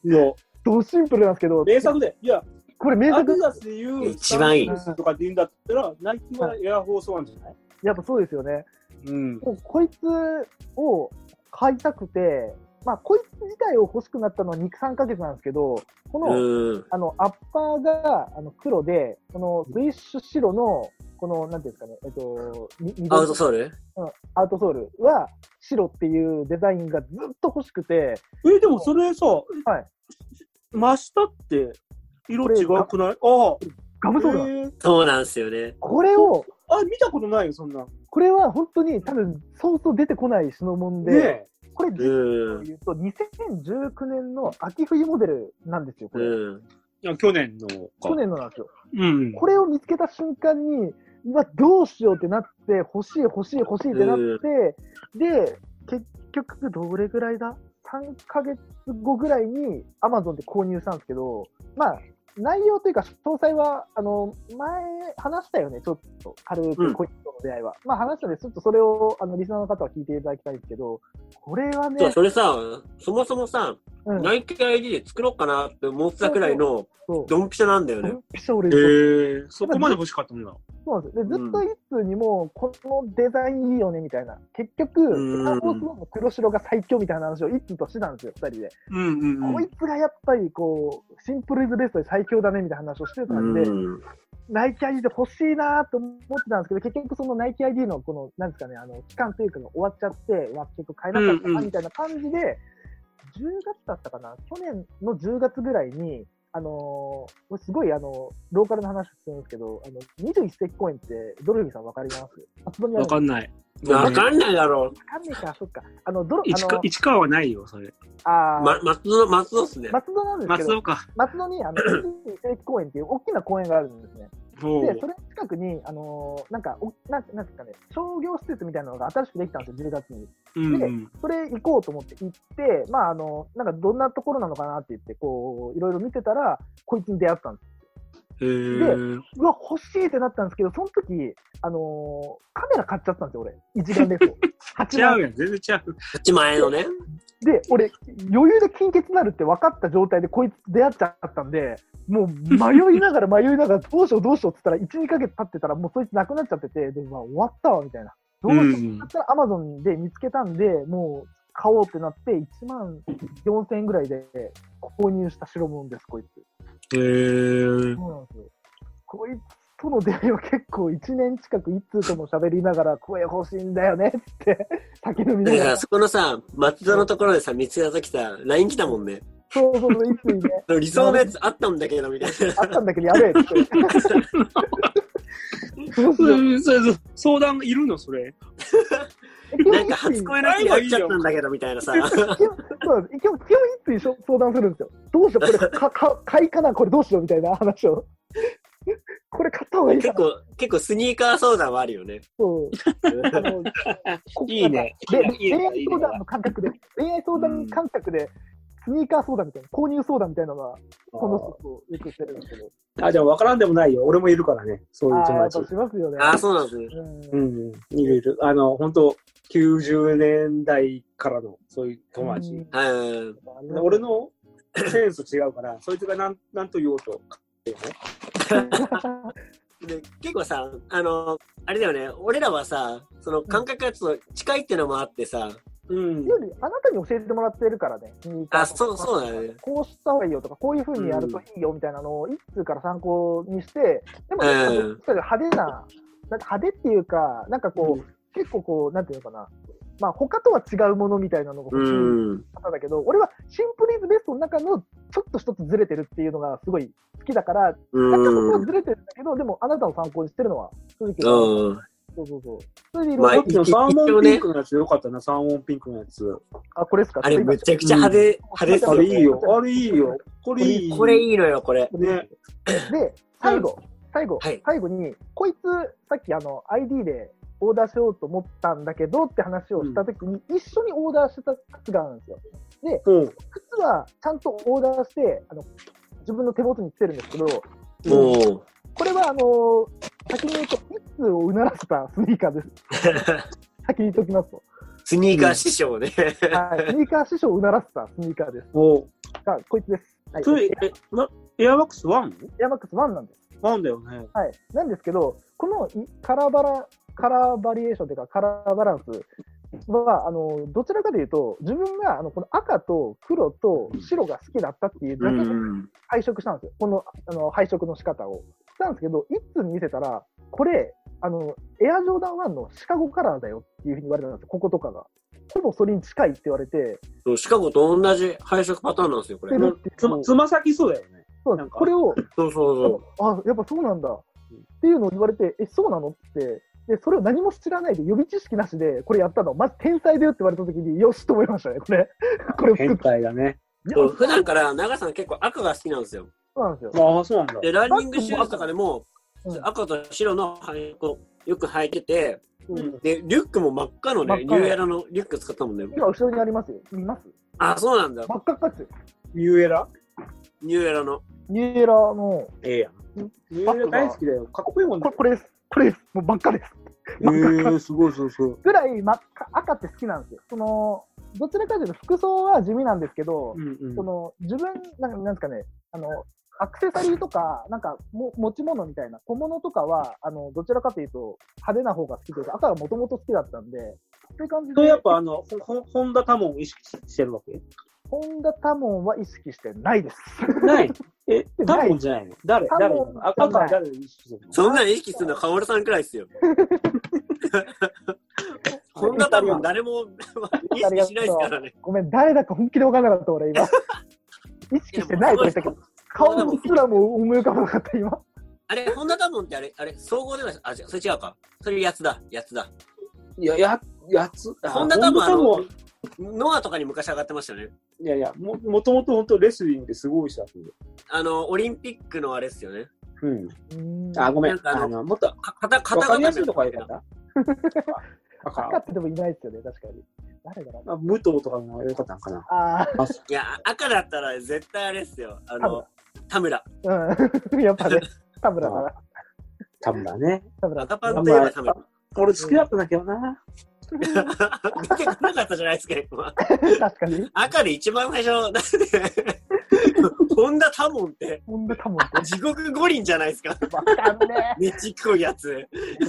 Speaker 3: いや、
Speaker 2: ドシンプルなんですけど、
Speaker 3: 名作で。いや、
Speaker 2: これ名
Speaker 3: アディ
Speaker 2: 作、
Speaker 3: ダスで言う、
Speaker 1: 一番いい
Speaker 3: スタンスとかって言うんだったら、ナイキはエアフォースワンじゃない
Speaker 2: やっぱそうですよね。
Speaker 3: うん。
Speaker 2: もうこいつを買いたくて、まあこいつ自体を欲しくなったのは2、3ヶ月なんですけど、この、
Speaker 1: うん。
Speaker 2: あの、アッパーがあの黒で、このスイッシュ白の、この、なんていうんですかね、えっと、み緑
Speaker 1: アウトソール
Speaker 2: うんアウトソールは白っていうデザインがずっと欲しくて、
Speaker 3: え、でもそれさ、
Speaker 2: はい、
Speaker 3: 真下って色違うくないあ
Speaker 2: ガムソールな
Speaker 3: あ、
Speaker 2: んです
Speaker 3: へえ
Speaker 1: そうなんですよね。
Speaker 2: これを、
Speaker 3: あ、見たことないよ、そんな。
Speaker 2: これは本当に多分、そうそう出てこない品物で、
Speaker 3: ねえ。
Speaker 2: これ、実
Speaker 1: う
Speaker 2: を
Speaker 1: ん。
Speaker 2: 言うと、2019年の秋冬モデルなんですよ、これ。
Speaker 1: うん。
Speaker 3: いや去年のか。
Speaker 2: 去年のなんですよ。
Speaker 3: うん。
Speaker 2: これを見つけた瞬間に、うわ、どうしようってなって、欲しい、欲しい、欲しいってなって、で、結局、どれぐらいだ ?3 ヶ月後ぐらいに Amazon で購入したんですけど、まあ、内容というか、詳細は、あの、前、話したよね、ちょっと、軽
Speaker 1: う
Speaker 2: く、
Speaker 1: ん
Speaker 2: 恋人の出会いは。まあ、話したので、ちょっとそれを、あの、リスナーの方は聞いていただきたいんですけど、これは
Speaker 1: そう
Speaker 2: ね、
Speaker 1: それさ、そもそもさ、
Speaker 2: うん、
Speaker 1: 内定 ID で作ろうかなって思ってたくらいの
Speaker 2: そう。
Speaker 1: ドンピシャなんだよね
Speaker 2: ド。ンピシャ俺、
Speaker 3: えー、そこまで欲しかったんだ。
Speaker 2: そうなんですよ。で、ずっと一通にも、このデザインいいよね、みたいな。結局、
Speaker 1: う
Speaker 2: ス
Speaker 1: ん
Speaker 2: ター・ウォーズの黒白が最強みたいな話を一通としてたんですよ、二人で。
Speaker 3: うんうんう
Speaker 2: こ
Speaker 3: ん
Speaker 2: い。つがやっぱり、こう、シンプルイズベストで最強だね、みたいな話をしてた
Speaker 1: うんん
Speaker 2: で、ナイキ ID で欲しいなと思ってたんですけど、結局そのナイキ ID のこの、なんですかね、あの、期間というかが終わっちゃって、うわ、結構買えなかった
Speaker 3: うん
Speaker 2: な、
Speaker 3: うん
Speaker 2: みたいな感じで、10月だったかな、去年の10月ぐらいに、あのーこれすごいあの、ローカルの話するんですけど、あの、21世紀公園って、ドルフィーさんわかりますあそこにある
Speaker 3: わかんない。
Speaker 1: わか
Speaker 3: い。
Speaker 1: んないだろ
Speaker 2: わかんねえか、そっか。あの、ドロ、あ
Speaker 3: 市川
Speaker 2: の、
Speaker 3: 市川はないよ、それ。
Speaker 2: あ
Speaker 1: う。
Speaker 2: ー、
Speaker 1: ま、松戸、松戸っすね。
Speaker 2: 松戸なんですけ
Speaker 3: 松
Speaker 2: ど、
Speaker 3: 尾か。
Speaker 2: 松戸に、あの、21世紀公園っていう大きな公園があるんですね。
Speaker 3: お
Speaker 2: で、そ
Speaker 3: ー
Speaker 2: れの近くに、あのーなんか、おなんなんですかね、商業施設みたいなのが新しくできたんですよ、10月に。
Speaker 3: うんうん。
Speaker 2: それ行こうと思って行って、まあ、あの、なんかどんなところなのかなって言って、こう、いろいろ見てたら、こいつに出会ったんです。
Speaker 3: えー、
Speaker 2: うわ、欲しいってなったんですけど、その時、あのーカメラ買っちゃったんですよ、俺。一眼レフを。8
Speaker 3: ちゃ
Speaker 2: 万
Speaker 3: うやん、全然ちゃう。
Speaker 1: 8万円のね。
Speaker 2: で、俺、余裕で金欠になるって分かった状態でこいつ出会っちゃったんで、もう迷いながら迷いながら、どうしようどうしようって言ったら、1、2ヶ月経ってたら、もうそいつなくなっちゃってて、で、まあ終わったわ、みたいな。どうしようってなったら、アマゾンで見つけたんで、もう買おうってなって、1万4000円ぐらいで購入した代物です、こいつ。
Speaker 3: えー、
Speaker 2: そうなんですよ。こいつとの出会いは結構1年近く一通とも喋りながら、声欲しいんだよねって、酒飲みな
Speaker 1: だ
Speaker 2: が
Speaker 1: からら、。そこのさ、松戸のところでさ、見つけたときさ、LINE 来たもんね。
Speaker 2: そうそうそう、一通にね。
Speaker 1: 理想のやつあったんだけど、みたいな。
Speaker 2: あったんだけど、やべえって。どうし
Speaker 3: そ
Speaker 2: よう
Speaker 3: れそれ相談いるのそれ。
Speaker 1: なんか初恋のやつやっちゃったんだけど、みたいなさ。
Speaker 2: 基本そうなんです。基本、基本一通相談するんですよ。どうしよう、これ、か、か、買いかな、これどうしようみたいな話を。これ買った方がいい
Speaker 1: 結
Speaker 2: かな。
Speaker 1: 構、結構スニーカー相談はある
Speaker 2: <laughs>
Speaker 1: よね。
Speaker 2: そう。あのこ
Speaker 3: いいね
Speaker 2: で、
Speaker 3: いい
Speaker 2: 恋
Speaker 3: ね
Speaker 2: 愛相談の感覚で、恋愛相談感覚で、スニーカー相談みたいな、購入相談みたいなのが、この人とよくしてるんですけど。
Speaker 3: あ、じゃあ分からんでもないよ。俺もいるからね、そういう
Speaker 2: ああ、や
Speaker 3: 友
Speaker 2: っぱ
Speaker 3: 達。
Speaker 2: しますよね。
Speaker 1: ああ、そうなんですね。
Speaker 2: うん
Speaker 3: うん、いるいる。あの、本当90年代からの、そういう友達。
Speaker 2: うん
Speaker 1: うん。
Speaker 3: 俺のセンス違うから、そいつがなんなんと言おうと。ね、
Speaker 1: で結構さ、あの、あれだよね、俺らはさ、その感覚がちょっと近いってのもあってさ、
Speaker 3: うん。
Speaker 2: よりあなたに教えてもらってるからね。
Speaker 1: あそうそうだよね
Speaker 2: こうした方がいいよとか、こういうふうにやるといいよみたいなのを一通から参考にして、でも、
Speaker 1: うん
Speaker 2: 派手な、なんか派手っていうか、なんかこう、結構こう、なんていうのかな。まあ、他とは違うものみたいなのが
Speaker 1: う
Speaker 2: 欲しい
Speaker 1: ん。
Speaker 2: 方だけど、俺はシンプルイズベストの中のちょっと一つずれてるっていうのがすごい好きだから、
Speaker 1: う
Speaker 2: なんかそこは
Speaker 1: ん。
Speaker 2: ずれてるんだけど、でもあなたを参考にしてるのは正直、
Speaker 1: うん。
Speaker 2: そうそうそう。それでいろ
Speaker 1: ま
Speaker 2: い
Speaker 1: あ
Speaker 2: ろ
Speaker 1: い
Speaker 3: でもサーモンピンクのやつよかったな、サーモンピンクのやつ。
Speaker 2: あ、これですか
Speaker 1: あれ、めちゃくちゃ派手、派手っす
Speaker 3: あ
Speaker 1: よ
Speaker 3: れ
Speaker 1: ね
Speaker 3: いいよ、あれいいよ。これいい。
Speaker 1: これいいのよ、これ。
Speaker 3: ね。
Speaker 2: で、最後、最後、
Speaker 1: はい
Speaker 2: 最後に、こいつ、さっきあの、ID でオーダーしようと思ったんだけどって話をしたときに、一緒にオーダーしてた靴があるんですよ。
Speaker 3: うん。
Speaker 2: 靴は、ちゃんとオーダーして、あの、自分の手元に来てるんですけど、
Speaker 1: もう。
Speaker 2: これはあの先に言うと、一通をうならせたスニーカーです。先に言っておきますと。
Speaker 1: スニーカー師匠ね。
Speaker 2: はい。スニーカー師匠をうならせたスニーカーです。
Speaker 3: おう。
Speaker 2: が、こいつです。はい。
Speaker 3: それ、え、なエアワックス 1?
Speaker 2: エアマックス1なんです。
Speaker 3: 1だよね。
Speaker 2: はい、なんですけど、このいカラーバラ、カラーバリエーションというか、カラーバランスは、あのどちらかというと、自分があのこの赤と黒と白が好きだったっていうだけで
Speaker 1: ん。
Speaker 2: 配色したんですよ、このあの配色の仕方を。したんですけど、一通に見せたら、これ、あのエアジョーダン1のシカゴカラーだよっていうふうに言われたんですよ、こことかが。ほぼそれに近いって言われて、
Speaker 1: そうシカゴと同じ配色パターンなんですよ、これ。
Speaker 2: う
Speaker 1: そ
Speaker 2: ん
Speaker 1: う
Speaker 3: のつまつま先そうだよね。
Speaker 2: そう
Speaker 3: なんか
Speaker 2: これを
Speaker 1: そうそ
Speaker 2: あ、やっぱそうなんだ。っていうのを言われて、え、そうなのって。で、それを何も知らないで、予備知識なしで、これやったの、まず天才だよって言われたときに、よしと思いましたね、これ。 <laughs> これを作っ
Speaker 3: 変
Speaker 2: て。
Speaker 3: 態だね。
Speaker 1: う。そう普段から長さん結構赤が好きなんですよ。
Speaker 2: そうなんですよ。
Speaker 3: ああ、そうなんだ。
Speaker 1: で、ランニングシューズとかでも
Speaker 2: うん、
Speaker 1: 赤と白の配色をよく履いてて、
Speaker 3: うん
Speaker 1: で、リュックも真っ赤の
Speaker 2: 真っ
Speaker 1: ね、ニ
Speaker 2: 赤の
Speaker 1: ューエラのリュック使ったもんね。
Speaker 2: 今、後ろにありますよ。見ます
Speaker 1: あ、そうなんだ。
Speaker 2: 真っ赤っかっすよ。
Speaker 3: ニューエラ
Speaker 1: ニューエラの。
Speaker 2: ニューエラの、
Speaker 3: ええやん。ニューエラ大好きだよ。かっこいいもん
Speaker 2: こ
Speaker 3: ね
Speaker 2: れ、。これです。これです。もう真っ赤です。
Speaker 3: えー、すごいすごいすごい。
Speaker 2: ぐらい真っ赤、赤って好きなんですよ。その、どちらかというと服装は地味なんですけど、
Speaker 3: うんうん
Speaker 2: その、自分、なんか、なんですかね、あの、アクセサリーとか、なんかも、持ち物みたいな、小物とかは、あの、どちらかというと、派手な方が好きというか、赤がもともと好きだったんで、そういう感じ
Speaker 3: そ
Speaker 2: で、
Speaker 3: れやっぱあの、ほほ本田多門を意識してるわけ
Speaker 2: 本田多門は意識してないです。 <laughs>
Speaker 3: ない。え、多
Speaker 2: ない
Speaker 3: 門じゃないの誰
Speaker 2: 多
Speaker 3: 誰
Speaker 2: 門
Speaker 3: 赤赤は誰を意識してるの
Speaker 1: そんなん意識するのはカオルさんくらいですよ。こんな多分誰も <laughs> 意識しないですからね。
Speaker 2: ごめん、誰だか本気で分からなかった、
Speaker 3: <laughs>
Speaker 2: 俺今。意識してないと言ったけど、顔
Speaker 1: でも
Speaker 2: すらも思い浮かばなかった、今。
Speaker 1: あれ、ホンダダモンってあれ、あれ、総合では、あ、違う、それ違うか。それ、やつだ、やつだ。
Speaker 3: いや、や、やつ、あ
Speaker 1: ホンダダモン、あ
Speaker 3: 本田
Speaker 1: の、ノアとかに昔上がってましたよね。
Speaker 3: 多門いやいや、も、もともと本当レスリングですごい人だったんだよ
Speaker 1: あの、オリンピックのあれですよね。
Speaker 3: うん。
Speaker 2: うん
Speaker 3: あ、ごめ
Speaker 1: なん
Speaker 3: ん。
Speaker 1: かあの
Speaker 3: あの、もっと、わ
Speaker 1: か肩、肩
Speaker 3: かりやすいとこはよか <laughs> ったあ
Speaker 2: 赤
Speaker 3: か
Speaker 2: ってでもいないですよね、確かに。誰だろうな。
Speaker 3: あ武藤とかの方がよかったのかな。
Speaker 2: あ
Speaker 1: いや、赤だったら絶対あれですよ。あの、田村。
Speaker 2: ー、うん、やっ <laughs> ぱね、田村だな。
Speaker 3: 多分だね。
Speaker 2: 田村だ
Speaker 1: 赤パンといえば田村。
Speaker 3: 俺好きだったんだけどな。
Speaker 1: 見 <laughs> てこなかったじゃないですか、今。
Speaker 2: 確かに。
Speaker 1: 赤で一番最初、なんで、ホンダタモンって、
Speaker 2: ほんで多門って。
Speaker 1: 地獄五輪じゃないですか。
Speaker 2: わかんね
Speaker 1: めっちっこいやつ。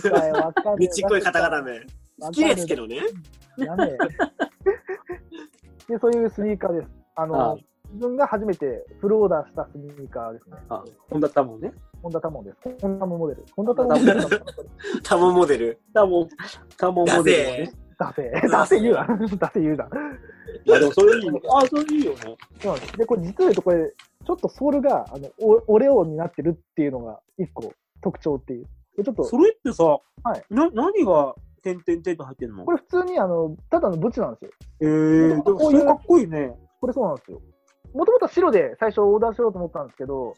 Speaker 2: え。わかんねえ
Speaker 1: めっちっこい方々め。好きですけ。どね。
Speaker 2: やめえ。で、そういうスニーカーです。あ
Speaker 3: ああ
Speaker 2: の、自分が初めてフルオーダーしたスニーカーですね。
Speaker 3: あ、本田多門ね。
Speaker 2: ホンダタモンです。ホンダモモデル。ホンダタモンモデル。
Speaker 1: タモンモデル。
Speaker 3: 多門、多門モ
Speaker 1: だ
Speaker 3: デル
Speaker 1: ぜ
Speaker 3: ね。。
Speaker 2: ダセー。ダセー言うな。ダセー言うな。
Speaker 3: まあでもそれいいね。あ、それいいよね。
Speaker 2: そうなんですで、これ実を言うと、これ、ちょっとソールが、あの、オオレオになってるっていうのが、一個特徴っていう。でちょっと、
Speaker 3: それってさ、
Speaker 2: い
Speaker 3: な、何が、点々点と入ってんの
Speaker 2: これ普通に、あの、ただのブチなんですよ。
Speaker 3: えー、でもそれかっこいいね。
Speaker 2: これそうなんですよ。もともと白で最初オーダーしようと思ったんですけど、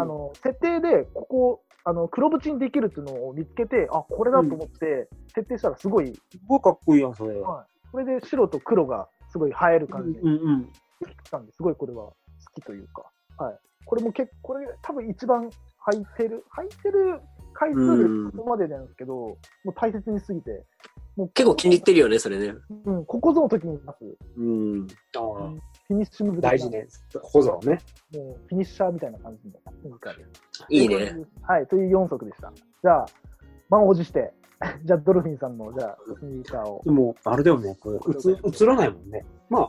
Speaker 2: あの、設定で、ここ、あの、黒縁にできるっていうのを見つけて、あ、これだと思って、設定したらすごい、
Speaker 3: すごいかっこいいやん、それ。
Speaker 2: はいこれで白と黒がすごい映える
Speaker 3: う
Speaker 2: 感
Speaker 3: ん
Speaker 2: じで
Speaker 3: うん
Speaker 2: きたんで、すごいこれは好きというか、はい。これも結構、これ多分一番履いてる、履いてる回数で
Speaker 1: うん
Speaker 2: ここまでなんですけど、もう大切にしすぎて、もう
Speaker 1: 結構気に入ってるよね、それね。
Speaker 2: うん、ここぞの時に出す、
Speaker 1: うん。
Speaker 3: うん。
Speaker 2: フィニッシング部的な
Speaker 3: 大事。ね。小僧ね。
Speaker 2: もうフィニッシャーみたいな感じのスニーカーです。
Speaker 1: いいね。。
Speaker 2: はい、という4足でした。じゃあ、満を持して、じゃあドルフィンさんの、じゃあ、スニーカーを。
Speaker 3: でも、あれだよね、これ、うつ映らないもんね。まあ、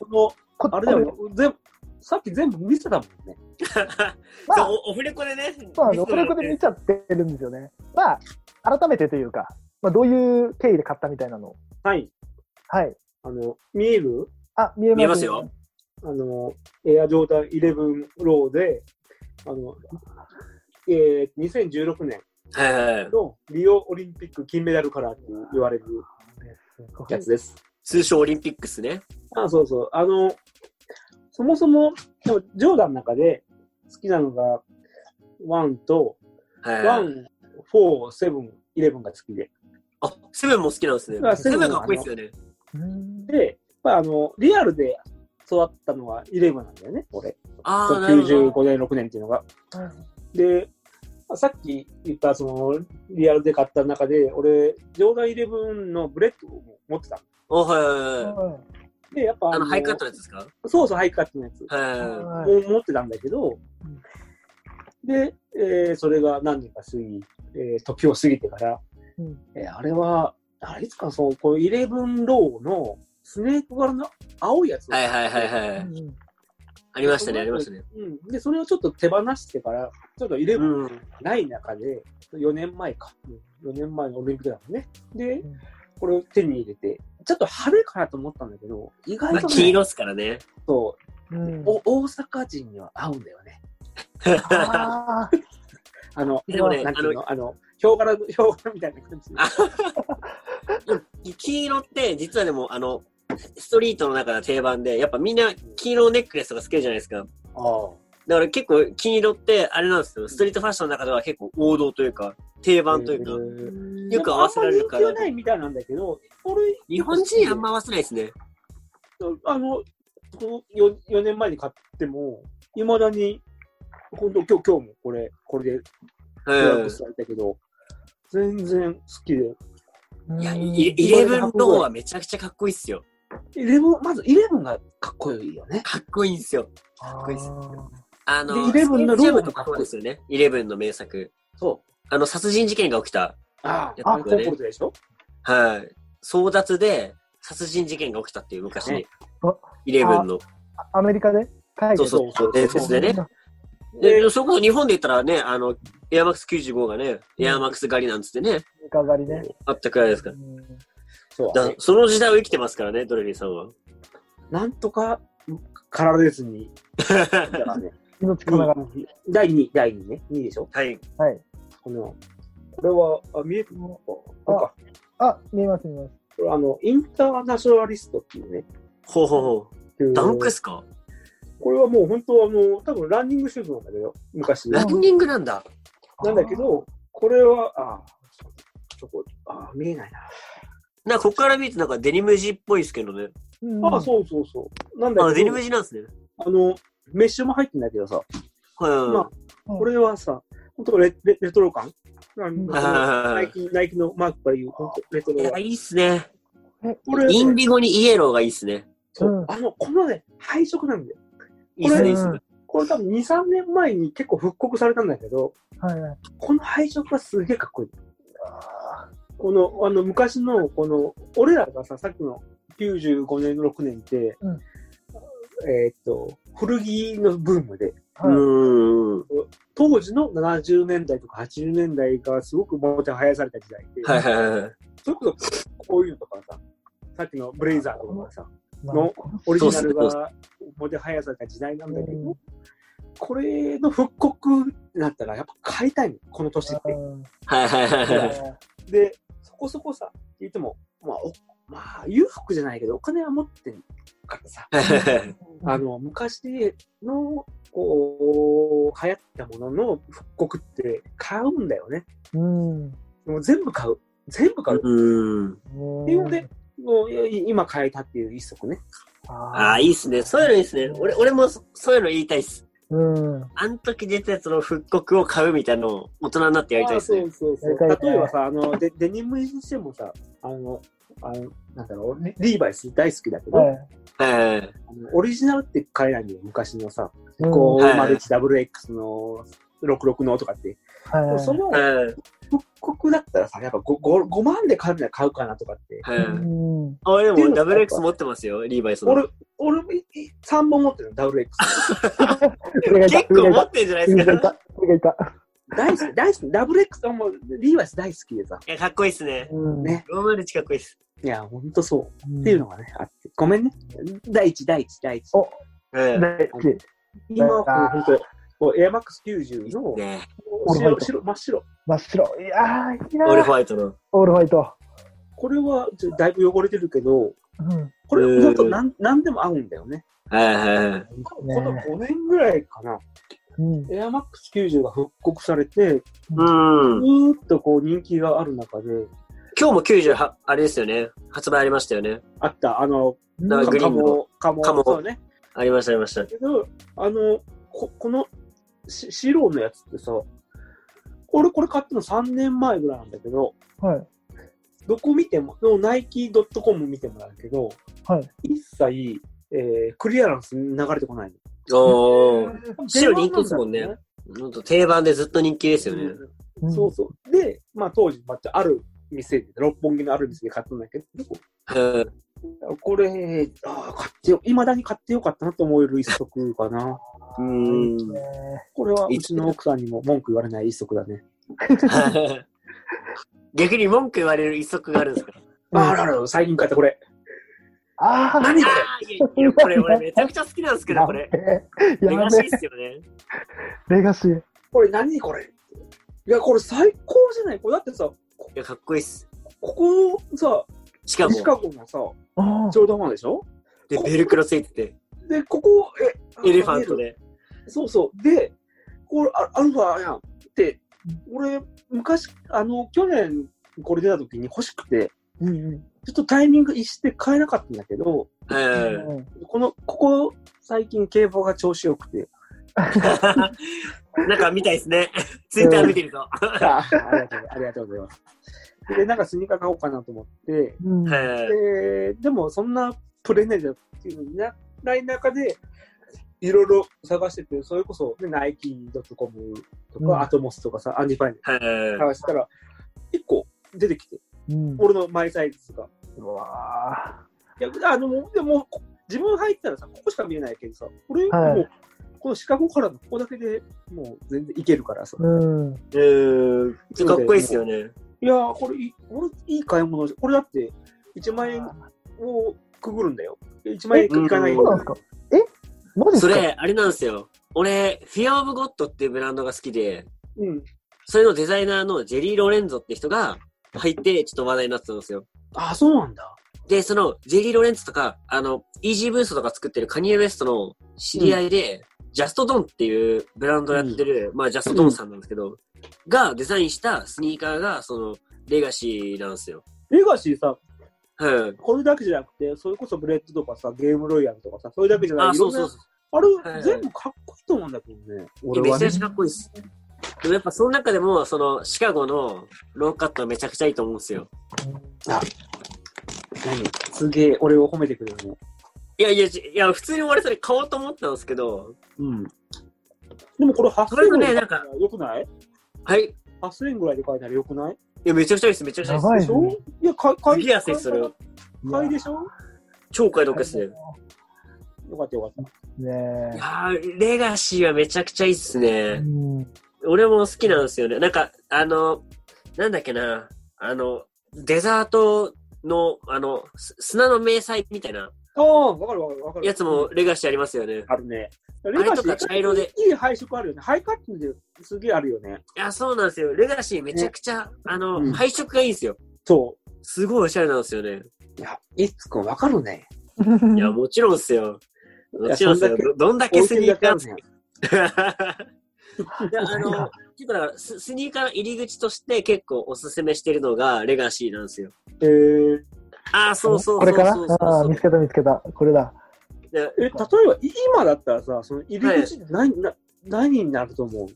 Speaker 3: <laughs> こ
Speaker 2: こ
Speaker 3: の、あれだよね、全部、さっき全部見せたもんね。
Speaker 2: ま
Speaker 1: そう
Speaker 2: あ、
Speaker 1: おオフレコでね。
Speaker 2: そうなんですよ。それこで見ちゃってるんですよね。まあ、改めてというか、まあ、どういう経緯で買ったみたいなのを。
Speaker 3: はい。
Speaker 2: はい。
Speaker 3: あの、見える
Speaker 2: あ、見えます
Speaker 1: 見えますよ。
Speaker 3: あの、エアジョーダン11ローで、あの、えー、2016年
Speaker 1: はいはいはい。
Speaker 3: のリオオリンピック金メダルカラーって言われるやつです。
Speaker 1: 通称オリンピックスね。
Speaker 3: あ、そうそう。あの、そもそも、でも、ジョーダンの中で好きなのが、1と、
Speaker 1: はいはい。
Speaker 3: 1、4、7、11が好きで。
Speaker 1: あ、セブンも好きなんですね。
Speaker 3: あ
Speaker 1: セ
Speaker 3: セ
Speaker 1: ブ
Speaker 3: ブ
Speaker 1: ン
Speaker 3: ン
Speaker 1: かっこいいですよね。
Speaker 2: うーん
Speaker 3: で、まあ、あの、リアルで育ったのは11なんだよね、俺。
Speaker 1: ああ、なるほど。
Speaker 3: 95年、6年っていうのが。で、まあさっき言った、その、リアルで買った中で、俺、ジョーダン11のブレッドを持ってた。
Speaker 1: おはいはいはい。
Speaker 2: は
Speaker 3: で、やっぱ
Speaker 1: あの、ハイカットのやつですか
Speaker 3: そうそう、ハイカットのやつ。
Speaker 1: はいはいいはい。
Speaker 2: はい。
Speaker 3: を持ってたんだけど、
Speaker 2: うん
Speaker 3: で、えーそれが何年か過ぎ、えー時を過ぎてから、
Speaker 2: うん
Speaker 3: えーあれは、あれいつかそう、このイレブンローのスネーク柄の青いやつを
Speaker 1: はいはいはいは
Speaker 2: う
Speaker 1: い。
Speaker 2: んうん
Speaker 1: ありましたね、ありましたね。
Speaker 3: うん、で、それをちょっと手放してから、ちょっとイレ
Speaker 1: う
Speaker 3: ブン
Speaker 1: ん。
Speaker 3: ない中で、4年前か、4年前のオリンピックだもんね。で
Speaker 2: うん、
Speaker 3: これを手に入れて、ちょっと派手かなと思ったんだけど、意外
Speaker 1: まあ、
Speaker 3: と、
Speaker 1: 黄
Speaker 3: ね、
Speaker 1: 色っすからね。
Speaker 3: そう
Speaker 2: うん
Speaker 3: お大阪人には合うんだよね。
Speaker 2: あー
Speaker 3: あの、
Speaker 1: でもね
Speaker 3: なんていうの、あの、 <laughs> ヒョウ柄、ヒョウ柄みたいな感じ。
Speaker 1: あ黄色って、実はでも、あの、ストリートの中の定番で、やっぱみんな黄色のネックレスとかつけるじゃないですか。
Speaker 3: あ
Speaker 1: だから結構黄色って、あれなんですよ。ストリートファッションの中では結構王道というか、定番というか。
Speaker 3: よ
Speaker 1: よく合わせられるから
Speaker 3: あんま人気はないみたいなんだけど、俺、
Speaker 1: 日本人あんま合わせないですね。
Speaker 3: あの、この 4, 4年前に買っても、いまだに、本当今日、今日もこれ、これで
Speaker 1: う
Speaker 3: 予
Speaker 1: ん
Speaker 3: 約。されたけど、全然好きで。
Speaker 1: いや、
Speaker 2: うん
Speaker 1: イイレブンローはめちゃくちゃかっこいいっすよ。
Speaker 3: イレブン、まずイレブンがかっこいいよね。
Speaker 1: かっこいいんすよ。
Speaker 2: か
Speaker 1: っこいいっすあの、
Speaker 3: で11のローもかっ
Speaker 1: そう
Speaker 3: こい
Speaker 1: で
Speaker 3: い
Speaker 1: すよね。イレブンの名作。
Speaker 3: そう。
Speaker 1: あの、殺人事件が起きた。
Speaker 3: あ
Speaker 1: や
Speaker 3: あ、
Speaker 1: っ
Speaker 3: あ、
Speaker 1: ぱ
Speaker 3: コ
Speaker 1: りね
Speaker 3: ンポルトでしょ
Speaker 1: はい。争奪で殺人事件が起きたっていう昔に
Speaker 2: あ。
Speaker 1: イレブンの。
Speaker 2: アメリカで海外
Speaker 1: そうそうそう。伝説でね。
Speaker 3: で
Speaker 1: で、それこそ日本で言ったらね、あの、エアマックス95がね、エアマックス狩りなんつってね、
Speaker 2: 伺がりね。
Speaker 1: あったくらいですから。
Speaker 2: うん
Speaker 3: そうだ
Speaker 1: だ
Speaker 3: ね。
Speaker 1: その時代を生きてますからね、ドレミさんは。
Speaker 3: なんとか、かられ
Speaker 1: <laughs>
Speaker 3: ずに。だからね。
Speaker 2: 命かながら。
Speaker 3: 第2、第2ね。2でしょ
Speaker 1: はい。
Speaker 2: はい。
Speaker 3: この、これは、あ、見えてるのか。なんか、
Speaker 2: あ、見えます、見えます。
Speaker 3: これあの、インターナショナリストっていうね。
Speaker 1: ほうほうほ
Speaker 3: っていう
Speaker 1: う。ダンクっすか
Speaker 3: これはもう本当あの、多分ランニングシューズなんだけど、昔。
Speaker 1: ランニングなんだ。
Speaker 3: なんだけど、これは、あちょこあ見えないな。
Speaker 1: なんかここから見るとなんかデニム地っぽいですけどね。
Speaker 2: うん
Speaker 3: あそうそうそう。なんだ
Speaker 1: あ、デ
Speaker 3: け
Speaker 1: ニ
Speaker 3: ど
Speaker 1: ム、地なんですね。
Speaker 3: あの、メッシュも入ってんだけどさ、
Speaker 1: はいはいはい
Speaker 3: まあ、これはさ、本当レレレトロ感
Speaker 1: あー
Speaker 3: ナイキナイキのマークから言う、本当レト
Speaker 1: い
Speaker 3: ロ
Speaker 1: や。
Speaker 3: 感。
Speaker 1: いいっすね。
Speaker 3: これ、
Speaker 1: インディゴにイエローがいいっすね。
Speaker 3: そう
Speaker 2: うん
Speaker 3: あの、このね、配色なんだよ。
Speaker 1: いいっす
Speaker 3: これ
Speaker 1: ね、いいっすね。
Speaker 3: これ多分2、3年前に結構復刻されたんだけど、
Speaker 2: はいはい。
Speaker 3: この配色がすげえかっこいい。この、あの、昔の、この、俺らがさ、さっきの95年、6年って、
Speaker 2: うん
Speaker 3: えーっと、古着のブームで、
Speaker 1: う
Speaker 2: はい
Speaker 1: ーん。
Speaker 3: 当時の70年代とか80年代がすごくもてはやされた時代で、
Speaker 1: はいはいはいはい。
Speaker 3: それこそ、こういうのとかさ、さっきのブレイザーとかがさ、
Speaker 2: まあ
Speaker 3: のオリジナル
Speaker 1: そ
Speaker 3: がもてはやされた時代なんだけど、
Speaker 2: うん
Speaker 3: これの復刻になったら、やっぱ買いたいの、この年って。
Speaker 2: うん
Speaker 1: はいはいはいはい。
Speaker 3: で、そこそこさ、言っても、まあ、おまあ、裕福じゃないけど、お金は持ってるからさ、あの、昔の、こう、流行ったものの復刻って買うんだよね。 <laughs>
Speaker 2: うん。
Speaker 3: もう全部買う。全部買う。
Speaker 1: うーん。
Speaker 2: うん
Speaker 3: っていうので、もうい今買えたっていう一足ね。
Speaker 1: あ
Speaker 2: あ
Speaker 1: あ、
Speaker 2: あ。
Speaker 1: いいっすね。そういうのいいっすね。俺、俺もそそういうの言いたいっす。
Speaker 2: うん。は
Speaker 1: あの時出たやつの復刻を買うみたいなのを大人になってやりたいっす
Speaker 3: そ
Speaker 1: ね。
Speaker 3: うそうそ
Speaker 2: やりたいね
Speaker 3: う。例えばさ、あの、デデニムにしてもさ、あの、あのなんだろう、リリーバイス大好きだけど、
Speaker 2: い。
Speaker 1: はいはいはい。
Speaker 3: あのオリジナルって買えないんだよ、昔のさ。
Speaker 2: うん
Speaker 3: こう、
Speaker 1: はい
Speaker 3: マルチダブル X の66のとかって。
Speaker 2: はいはい
Speaker 3: その
Speaker 1: はい
Speaker 3: 復刻だったらさ、やっぱ 5, 5, 万で買うなら買うかなとかって。
Speaker 1: は
Speaker 2: う
Speaker 1: い。
Speaker 2: ん
Speaker 1: あ、俺でも WX 持ってますよ、リーバイスの
Speaker 3: 俺。、俺3本持ってるの、ダブル X。
Speaker 2: それがいた
Speaker 1: 結構持ってんじゃな
Speaker 2: そ
Speaker 1: い
Speaker 2: れ
Speaker 1: です
Speaker 2: がい
Speaker 1: か。
Speaker 2: た。それがいた。
Speaker 3: 大好き、大好き、ダブル X はもう、リーバイス大好きでさ。
Speaker 1: いや、かっこいいっすね。
Speaker 2: うん
Speaker 3: ね。
Speaker 1: 501かっこいいっす。
Speaker 3: いや、ほんとそう。
Speaker 2: っ
Speaker 3: っていうのがね、あって。ごめんね。第一、第一、第一。
Speaker 2: お
Speaker 1: うん。
Speaker 2: で、で
Speaker 3: 今はこう、ほんと、こうエアマックス90の、
Speaker 1: ね
Speaker 3: 白、白、真っ白。
Speaker 2: 真っ白。いやー、いいな
Speaker 1: オールホ
Speaker 2: ー
Speaker 1: ワイトの。
Speaker 2: オールホワイト。
Speaker 3: これは、ちょだいぶ汚れてるけど、
Speaker 2: うん。
Speaker 3: これ、
Speaker 1: うん
Speaker 3: ほんと、なん、なんでも合うんだよね。
Speaker 1: はいはいはい。
Speaker 3: この5年ぐらいかな。
Speaker 2: うん。
Speaker 3: エアマックス90が復刻されて、ず
Speaker 1: うん。
Speaker 3: ーっとこう人気がある中で、
Speaker 1: 今日も98、あれですよね。発売ありましたよね。
Speaker 3: あった、あの、
Speaker 1: だからグリーンの
Speaker 3: カモ、
Speaker 1: カ
Speaker 3: カ
Speaker 1: モ
Speaker 3: モ、そうね。
Speaker 1: ありました、ありました。
Speaker 3: けど、あの、ここのし、白のやつってさ、俺これ買ったの3年前ぐらいなんだけど、
Speaker 2: はい。
Speaker 3: どこ見ても、のナイキ .com 見てもらうけど、
Speaker 2: はい。
Speaker 3: 一切、えークリアランス流れてこないの。
Speaker 1: おー。白人気
Speaker 3: で
Speaker 1: ですもんねほんと定番でずっと人気ですよね。
Speaker 3: そうそう。で、まあ当時、またある店で、六本木のある店で買ったんだけど、
Speaker 1: うん。
Speaker 3: これ、ああ、買ってよ、いまだに買ってよかったなと思える一足かな。
Speaker 1: うん。 <laughs>
Speaker 2: ね
Speaker 3: これはうちの奥さんにも文句言われない一足だね。
Speaker 1: 逆に文句言われる一足があるんですか
Speaker 2: うん
Speaker 3: あららら、最近買ったこれ。
Speaker 2: あ
Speaker 1: <laughs>
Speaker 2: あ、
Speaker 3: 何こ
Speaker 1: あーいやいや、これ俺めちゃくちゃ好きなんですけど、これ。
Speaker 2: や
Speaker 1: レガ
Speaker 2: べ
Speaker 1: シ
Speaker 2: え
Speaker 1: ーっすよね。
Speaker 2: レガシー。
Speaker 3: これ何これいや、これ最高じゃないこれだってさ、こ
Speaker 1: いや、かっこいいっす。
Speaker 3: ここのさ、
Speaker 1: しかも
Speaker 3: シ、カゴのさ、
Speaker 2: あ
Speaker 3: ちょうどまでしょ
Speaker 1: で、ベルクロついてて、
Speaker 3: で、ここ、え、
Speaker 1: エレファント
Speaker 3: で。
Speaker 1: で。
Speaker 3: そうそう。で、これ、あアルファやんって、俺、昔、あの、去年これ出た時に欲しくて、
Speaker 2: うんうん
Speaker 3: ちょっとタイミング一して買えなかったんだけど、
Speaker 1: うん。
Speaker 2: うん
Speaker 3: この、ここ最近警報が調子良くて、
Speaker 1: なんか見たいですね。 <laughs> ツイッター見てると。
Speaker 3: <laughs> あありがとうありがとうございます。で、なんかスニーカー買おうかなと思って、
Speaker 2: うん
Speaker 1: はい
Speaker 3: ででもそんなプレネじゃっていうのになない中で、いろいろ探してて、それこそ、ね、ナイキ .com とか、
Speaker 2: うん
Speaker 3: アトモスとかさ、アンディファイン
Speaker 1: はい
Speaker 3: 探したら、一個出てきて、
Speaker 2: うん
Speaker 3: 俺のマイサイズが。
Speaker 2: うわ
Speaker 3: いや、あでも、でも、こ自分入ったらさ、ここしか見えないけどさ、俺、
Speaker 2: はい
Speaker 3: もう、このシカゴからのここだけでもう全然いけるからさ。
Speaker 2: ーうん。
Speaker 1: うーん。ちょっとかっこいいっすよね。
Speaker 3: いやー、これいい、俺、いい買い物。これだって、1万円をくぐるんだよ。1万円いかない
Speaker 2: そうなんです。
Speaker 3: よ
Speaker 2: かえマジっす
Speaker 1: そ
Speaker 2: か
Speaker 1: れ、あれなんですよ。俺、フィア・オブ・ゴッドっていうブランドが好きで、
Speaker 3: うん。
Speaker 1: それのデザイナーのジェリー・ロレンゾって人が入って、ちょっと話題になってたんですよ。
Speaker 3: あ、そうなんだ。
Speaker 1: で、その、ジェリー・ロレンツとか、あの、イージーブーストとか作ってるカニエ・ウェストの知り合いで、ジャスト・ドンっていうブランドをやってる、まあ、ジャスト・ドンさんなんですけど、がデザインしたスニーカーが、その、レガシーなんですよ。
Speaker 3: レガシーさ、
Speaker 1: はい。
Speaker 3: これだけじゃなくて、それこそブレッドとかさ、ゲームロイヤルとかさ、それだけじゃない。
Speaker 1: あ、
Speaker 3: い
Speaker 1: そう
Speaker 3: ろ
Speaker 1: ん
Speaker 3: な
Speaker 1: そうそう。
Speaker 3: あ
Speaker 1: は
Speaker 3: れ、
Speaker 1: い
Speaker 3: 全部かっこいいと思うんだけどね。
Speaker 1: め
Speaker 3: 俺
Speaker 1: ちゃ
Speaker 3: はね
Speaker 1: めち。ゃかっこいいっす。でもやっぱその中でも、その、シカゴのローカットはめちゃくちゃいいと思うんですよ。
Speaker 3: 何すげえ、俺を褒めてくれるね。
Speaker 1: いやいや、じいや、普通に俺それ買おうと思ったんですけど、
Speaker 3: うん。でもこれ
Speaker 1: それ
Speaker 3: 8000
Speaker 1: も
Speaker 3: 円
Speaker 1: ねな
Speaker 3: で買
Speaker 1: ん
Speaker 3: った
Speaker 1: から
Speaker 3: よくない
Speaker 1: はい。い
Speaker 3: ?8000 円ぐらいで買えたらよくない
Speaker 1: や、めちゃくちゃいいっす、めちゃくちゃいいっす。
Speaker 2: やばい
Speaker 3: でしょいや、買い、買
Speaker 1: す
Speaker 3: い、
Speaker 1: げえ安いっす、それは。
Speaker 3: 買いでしょ
Speaker 1: 超解読っすね。
Speaker 3: よかったよかった。
Speaker 2: ね
Speaker 1: いやーレガシーはめちゃくちゃいいっす
Speaker 2: え。
Speaker 1: ね。
Speaker 2: ん。
Speaker 1: 俺も好きなんですよね。なんか、あの、なんだっけな、あの、デザートの、あの、す砂の迷彩みたいな
Speaker 3: ああ、わかるわかるわかる。
Speaker 1: やつもレガシーありますよね。い
Speaker 3: あるね。レ
Speaker 1: れとか茶色で。
Speaker 3: いい配色あるよね。ハイカットですげえあるよね。
Speaker 1: や、そうなんですよ。レガシーめちゃくちゃ、あの、
Speaker 3: うん
Speaker 1: 配色がいいんですよ。
Speaker 3: そ
Speaker 1: すごいおしゃれなんですよね。
Speaker 3: う。いや、いつくんわかるね。
Speaker 1: いや、もちろんっすよ。もちろんっすよ。
Speaker 3: いやそんだけ
Speaker 1: どどんだけ
Speaker 3: お
Speaker 1: スニ
Speaker 3: 家
Speaker 1: ー
Speaker 3: だけ
Speaker 1: カ
Speaker 3: あ
Speaker 1: ー
Speaker 3: る
Speaker 1: つ
Speaker 3: ね。
Speaker 1: いやあの、結構だからス、スニーカーの入り口として結構おすすめしてるのがレガシーなんですよ。
Speaker 3: えー、
Speaker 1: ああ、そうそう
Speaker 2: こ
Speaker 1: そう
Speaker 2: れ
Speaker 1: そ
Speaker 2: か
Speaker 1: う
Speaker 2: な
Speaker 1: そう
Speaker 2: ああー、見つけた見つけた。これだ。
Speaker 3: え、例えば今だったらさ、その入り口何、な何になると思う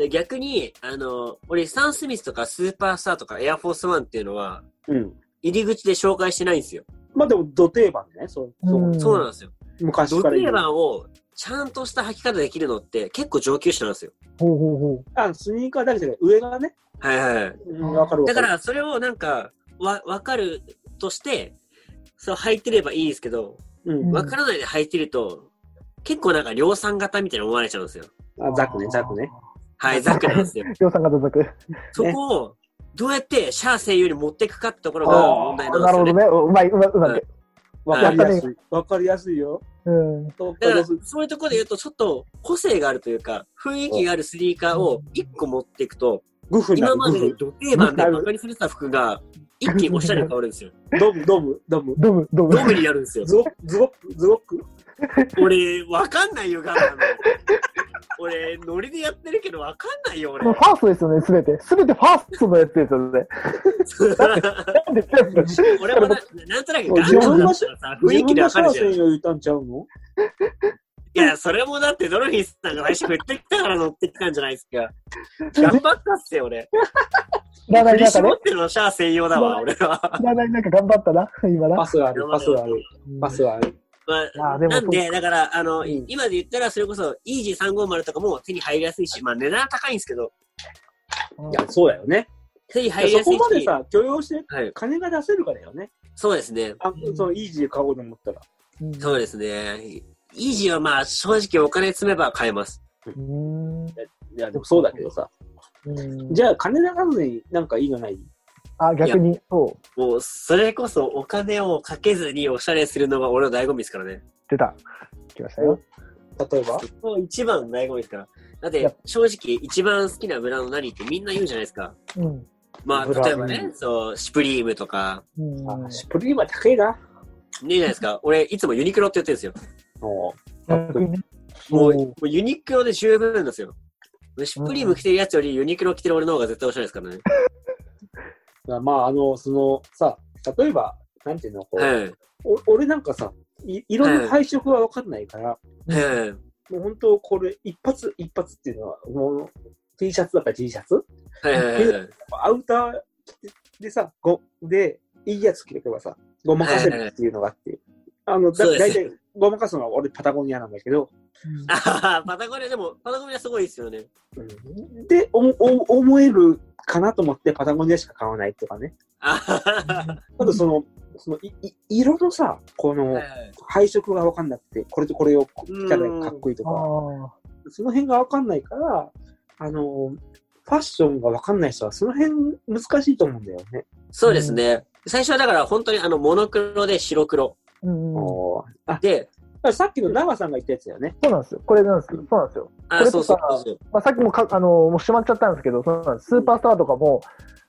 Speaker 1: で逆に、あの、俺、サン・スミスとかスーパースターとかエアフォースワンっていうのは、
Speaker 3: うん。
Speaker 1: 入り口で紹介してないんですよ。
Speaker 3: まあでも、土定番ね。そう、そうう。
Speaker 2: ん
Speaker 1: そうなんですよ。
Speaker 3: 昔
Speaker 1: ド
Speaker 3: から
Speaker 1: 定
Speaker 3: 今
Speaker 1: 番をちゃんとした履き方できるのって結構上級者なんですよ。
Speaker 2: ほうほうほ
Speaker 3: あ、スニーカーだけじゃない。上がね。
Speaker 1: はいはいはい。
Speaker 3: うん、わかるわか
Speaker 1: だ
Speaker 3: る。
Speaker 1: から、それをなんか、わ、わかるとして、そう履いてればいいんですけど、
Speaker 3: うん。
Speaker 1: わからないで履いてると、結構なんか量産型みたいに思われちゃうんですよ。
Speaker 3: あ、ザックね、ザックね。
Speaker 1: はい、ザックなんですよ。
Speaker 2: う。量産型族。
Speaker 1: そこを、どうやってシャー専用に持っていくかってところが問題
Speaker 2: あ
Speaker 1: なんで
Speaker 2: な
Speaker 1: す
Speaker 2: る
Speaker 1: よ
Speaker 2: ほ
Speaker 1: ね
Speaker 2: ど。ね。うまい、うまい、うまく。
Speaker 3: わかりやすい。わかりやすいよ。
Speaker 2: うん。
Speaker 3: 東
Speaker 1: だか
Speaker 3: 京
Speaker 1: ら
Speaker 3: ドス、
Speaker 1: そういうところで言うと、ちょっと個性があるというか、雰囲気があるスニーカーを1個持っていくと、
Speaker 3: グフにな
Speaker 1: 今ま
Speaker 3: る。
Speaker 1: で
Speaker 3: グ
Speaker 1: の
Speaker 3: フ
Speaker 1: ド定番でバカにされてた服が、一気におしゃれに変わるんですよ。
Speaker 3: ドム、ドム、ドム。
Speaker 2: ドム、ドム。
Speaker 1: ドムになるんですよ。
Speaker 3: ズボック、ズボック、ズボック
Speaker 1: 俺、わかんないよ、ガンダム。俺、ノリでやってるけど、わかんない
Speaker 2: <laughs>
Speaker 1: よ、
Speaker 2: この
Speaker 1: 俺
Speaker 2: フ。ァーストですよね、すべて。すべてファーストのやつですよね。
Speaker 1: <laughs>
Speaker 2: なんで全部。
Speaker 1: 俺もななんとなくガンダムだったらさ、雰囲気でわかるじゃん。い
Speaker 3: 自分のシャア専用言ったんちゃうの
Speaker 1: や、それもだってドルフィンさんが最初振ってきたから乗ってきたんじゃないですか。頑張ったっすよ、俺。
Speaker 2: 知らな
Speaker 1: 振
Speaker 2: い中
Speaker 1: り
Speaker 2: ね
Speaker 1: 絞。ってるのシャア専用だわ、俺は。 <laughs>
Speaker 2: 知らない中頑張ったな、今な
Speaker 3: パ。スはある、パスはある、パスはある。
Speaker 1: まあ、
Speaker 2: あでも
Speaker 1: なんで、だから、あの、
Speaker 3: ん
Speaker 1: 今で言ったら、それこそ、イージー350とかも手に入りやすいし、まあ、値段は高いんですけど、
Speaker 2: うん
Speaker 3: いや、そうだよね。
Speaker 1: 手に入りや
Speaker 3: そ
Speaker 1: すい
Speaker 3: こまで
Speaker 1: し、
Speaker 3: さ、許容して
Speaker 1: はい、
Speaker 3: 金が出せるかだよね。
Speaker 1: そうですね。
Speaker 3: あ、そのイージー買おうと思ったら。
Speaker 2: うん
Speaker 1: そうですね。イージーはまあ、正直お金積めば買えます。
Speaker 2: うん
Speaker 3: いや、でもそうだけどさ。
Speaker 2: うん
Speaker 3: じゃあ、金出さずになんかいいのない
Speaker 2: あ、逆に。そう。
Speaker 1: もう、それこそお金をかけずにおしゃれするのが俺の醍醐味ですからね。
Speaker 2: 出た。来ましたよ。
Speaker 3: 例えば
Speaker 1: もう一番の醍醐味ですから。だっ
Speaker 2: い
Speaker 1: て
Speaker 2: や、
Speaker 1: 正直、一番好きなブランド何ってみんな言うじゃないですか。
Speaker 2: うん。
Speaker 1: ま
Speaker 3: ブ
Speaker 1: あ、
Speaker 3: ランド
Speaker 1: 例えばね、そう、シュプリームとか、
Speaker 2: うん
Speaker 3: あ、シュプリームは高いな。
Speaker 1: ねえじゃないですか。俺、いつもユニクロって言ってるんですよ。
Speaker 3: も
Speaker 2: 逆にね
Speaker 1: もう、
Speaker 2: おー
Speaker 1: もうユニクロで十分なんですよ。シュプリーム着てるやつよりユニクロ着てる俺の方が絶対おしゃれですからね。
Speaker 3: う、まあ、あの、その、さ、例えば、なんていうの、こう、
Speaker 1: はい。
Speaker 3: お俺なんかさ、いいろんな配色はわかんないから、
Speaker 1: はい。
Speaker 3: もう本当これ一発一発っていうのは、もう T シャツだから T シャツ
Speaker 1: はいはいはいはい。
Speaker 3: アウター着てでさ、ご、で、いいやつ着てけばさ、ごまかせるっていうのがあって、あの、だ
Speaker 1: そうです
Speaker 3: 大
Speaker 1: ね
Speaker 3: 体ごまかすのは俺パタゴニアなんだけど、
Speaker 1: あははパタゴニアでも、パタゴニアすごいですよね。
Speaker 3: うん、でおお、思えるかなと思ってパタゴニアしか買わないとかね。
Speaker 1: あはは
Speaker 3: あとその、そのいい色のさ、こ
Speaker 1: はは
Speaker 3: の
Speaker 1: いはい
Speaker 3: 配色がわかんなくて、これとこれを着たらかっこいいと
Speaker 2: あ
Speaker 3: か、
Speaker 2: あ。
Speaker 3: その辺がわかんないから、あの、ファッションがわかんない人はその辺難しいと思うんだよね。
Speaker 1: そうですね。最初はだから本当にあの、モノクロで白黒。
Speaker 2: うんうん。そ
Speaker 3: おーあ、だか
Speaker 1: で、
Speaker 3: らさっきの長さんが言ったやつだよね。
Speaker 2: うなんですよ。これなんですけど、そうなんですよ。こ
Speaker 1: あ、
Speaker 2: れ
Speaker 1: そ
Speaker 2: と
Speaker 1: うそう
Speaker 2: か
Speaker 1: そう。
Speaker 2: まあ、さっきもか、あのもうしまっちゃったんですけど、そうなんですスーパースターとかも、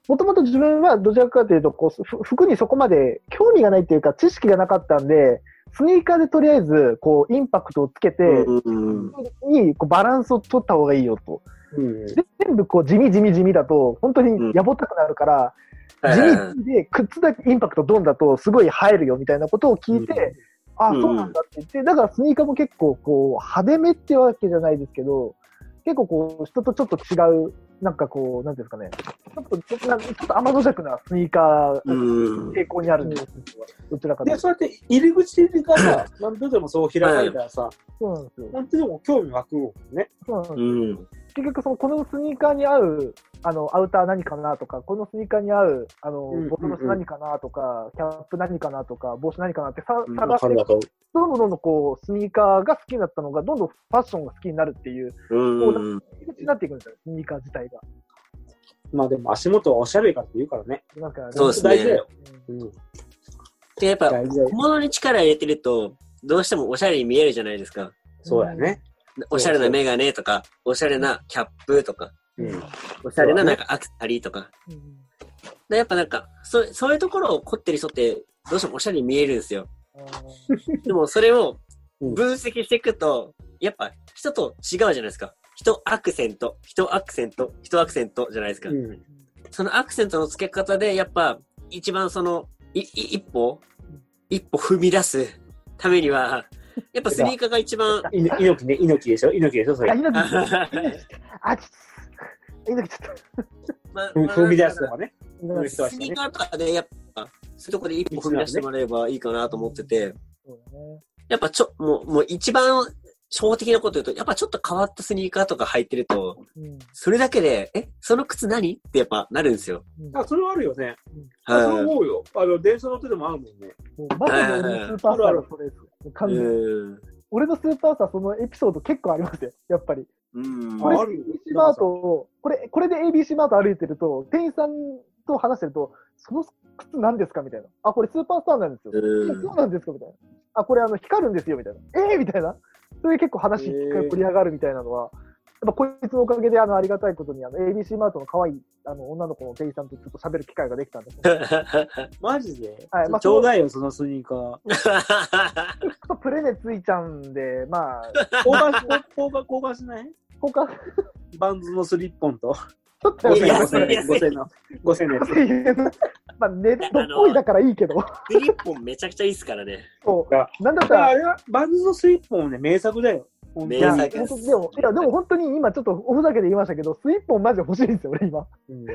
Speaker 2: もともと自分はどちらかというとこうふ、服にそこまで興味がないというか、知識がなかったんで、スニーカーでとりあえず、こう、インパクトをつけて、
Speaker 1: うん
Speaker 2: いいこうバランスを取った方がいいよと。
Speaker 3: うん。
Speaker 2: で全部こう、地味地味地味だと、本当にやぼったくなるから、
Speaker 1: はい
Speaker 2: 地
Speaker 1: はいはい
Speaker 2: 味で、靴だけインパクトドンだと、すごい映えるよみたいなことを聞いて、あ、
Speaker 1: うん
Speaker 2: そうなんだって言って、だからスニーカーも結構こう派手めってわけじゃないですけど、結構こう人とちょっと違う、なんかこう、なんていうんですかね、ちょっとちょっとなんかちょっと天の弱なスニーカーの
Speaker 1: うん。
Speaker 2: 傾向にあるんですよ、どちらかとい
Speaker 3: で、
Speaker 2: うと。
Speaker 3: そうやって入り口がさ、何度でもそう開かれたらさ、
Speaker 2: そうなんですよ。
Speaker 3: 本当にもう興味湧くもんね。
Speaker 2: そうなんです
Speaker 1: うん。
Speaker 2: 結局その、このスニーカーに合う、あの、アウター何かなとか、このスニーカーに合う、あの
Speaker 3: うんうんうん、
Speaker 2: ボトムス何かなとか、キャップ何かなとか、帽子何かなってさ
Speaker 3: うん
Speaker 2: 探して、
Speaker 3: わかる
Speaker 2: どんどんどんどんこう、スニーカーが好きになったのが、どんどんファッションが好きになるっていう、
Speaker 1: うん。
Speaker 2: 入り口になっていくんですよ、スニーカー自体が。
Speaker 3: まあでも足元はおしゃれかって言うからね。
Speaker 2: なんか、
Speaker 1: そうですね
Speaker 3: 大事だよ。うん。
Speaker 1: で、やっぱ、
Speaker 3: 大事だよ
Speaker 1: 小。物に力入れてると、どうしてもおしゃれに見えるじゃないですか。
Speaker 3: そうやね。
Speaker 1: おしゃれなメガネとか、おしゃれなキャップとか、
Speaker 3: うん。
Speaker 1: おしゃれななんかアクセサリーとか。
Speaker 2: うん。
Speaker 1: でやっぱなんか、そそういうところを凝ってる人って、どうしてもおしゃれに見えるんですよ。でもそれを
Speaker 3: うん
Speaker 1: 分析していくと、やっぱ人と違うじゃないですか。人アクセント、人アクセント、人アクセントじゃないですか。
Speaker 3: うん。
Speaker 1: そのアクセントの付け方で、やっぱ一番その、いい一歩、一歩踏み出すためには、やっぱスニーカーが一番、
Speaker 3: いの猪木ね、猪木でしょ猪木でしょそ
Speaker 2: あ、
Speaker 3: れ。
Speaker 2: 猪木、あ、ちょっと、猪木ちょっ
Speaker 1: まあ
Speaker 3: ふ踏み出す
Speaker 1: ま
Speaker 3: と
Speaker 1: あ
Speaker 3: かね。
Speaker 2: と、
Speaker 3: そういう人は
Speaker 1: スニーカーとかでやっぱ、そういうとこで一歩踏み出してもらえばいいかなと思ってて、
Speaker 2: そうだね。
Speaker 1: やっぱちょ、もう、もう一番、小的なこと言うと、やっぱちょっと変わったスニーカーとか履いてると、
Speaker 2: うん。
Speaker 1: それだけで、え、その靴何ってやっぱなるんですよ。
Speaker 2: うん
Speaker 3: あ、それはあるよね。あそう
Speaker 1: は
Speaker 3: 思うよ。あの、電車乗ってでもあるもんね。
Speaker 2: もうまさに俺のスーパースターのそれです。
Speaker 1: い。
Speaker 2: 完全に
Speaker 1: うん。
Speaker 2: 俺のスーパースター、そのエピソード結構ありますよ、やっぱり。
Speaker 1: うん。
Speaker 2: これ、
Speaker 3: あるよ
Speaker 2: ABC マートを、これ、これで ABC マート歩いてると、店員さんと話してると、その靴何ですかみたいな。あ、これスーパースターなんですよ。
Speaker 1: う
Speaker 2: え
Speaker 1: ん
Speaker 2: そうなんですかみたいな。あ、これあの光るんですよみたいな。えー、みたいな。それで結構話一回盛り上がるみたいなのは、やっぱこいつのおかげであのありがたいことにあの ABC マートの可愛いあの女の子の店員さんとちょっと喋る機会ができたんです
Speaker 1: <laughs>
Speaker 2: けど、ち
Speaker 3: マジで、
Speaker 2: はいまあ
Speaker 3: ちょうだいよ、そのスニーカー。
Speaker 2: ょっとプレネついちゃうんで、まあ、
Speaker 3: 交換し、交換、交換しない
Speaker 2: 交換、
Speaker 3: バンズのスリッポンと。
Speaker 2: ちょっと
Speaker 1: い
Speaker 3: 5000
Speaker 1: や
Speaker 3: 円、
Speaker 1: 安い
Speaker 3: 5000円、5000円の、5000円のやつ。
Speaker 2: <laughs> まあ、ネットっぽいだからいいけど、
Speaker 1: スリッポンめちゃくちゃいいっすからね。
Speaker 2: そ
Speaker 3: だ
Speaker 2: う、なんだった
Speaker 3: だからあ
Speaker 2: ら、
Speaker 3: れは、バンズのスリッポンはね、名作だよ。本当に
Speaker 1: 名
Speaker 2: い
Speaker 1: 作
Speaker 2: や本当でも、いや、でも本当に今ちょっとおふざけで言いましたけど、スイッポンマジで欲しいんですよ、俺今。
Speaker 3: うん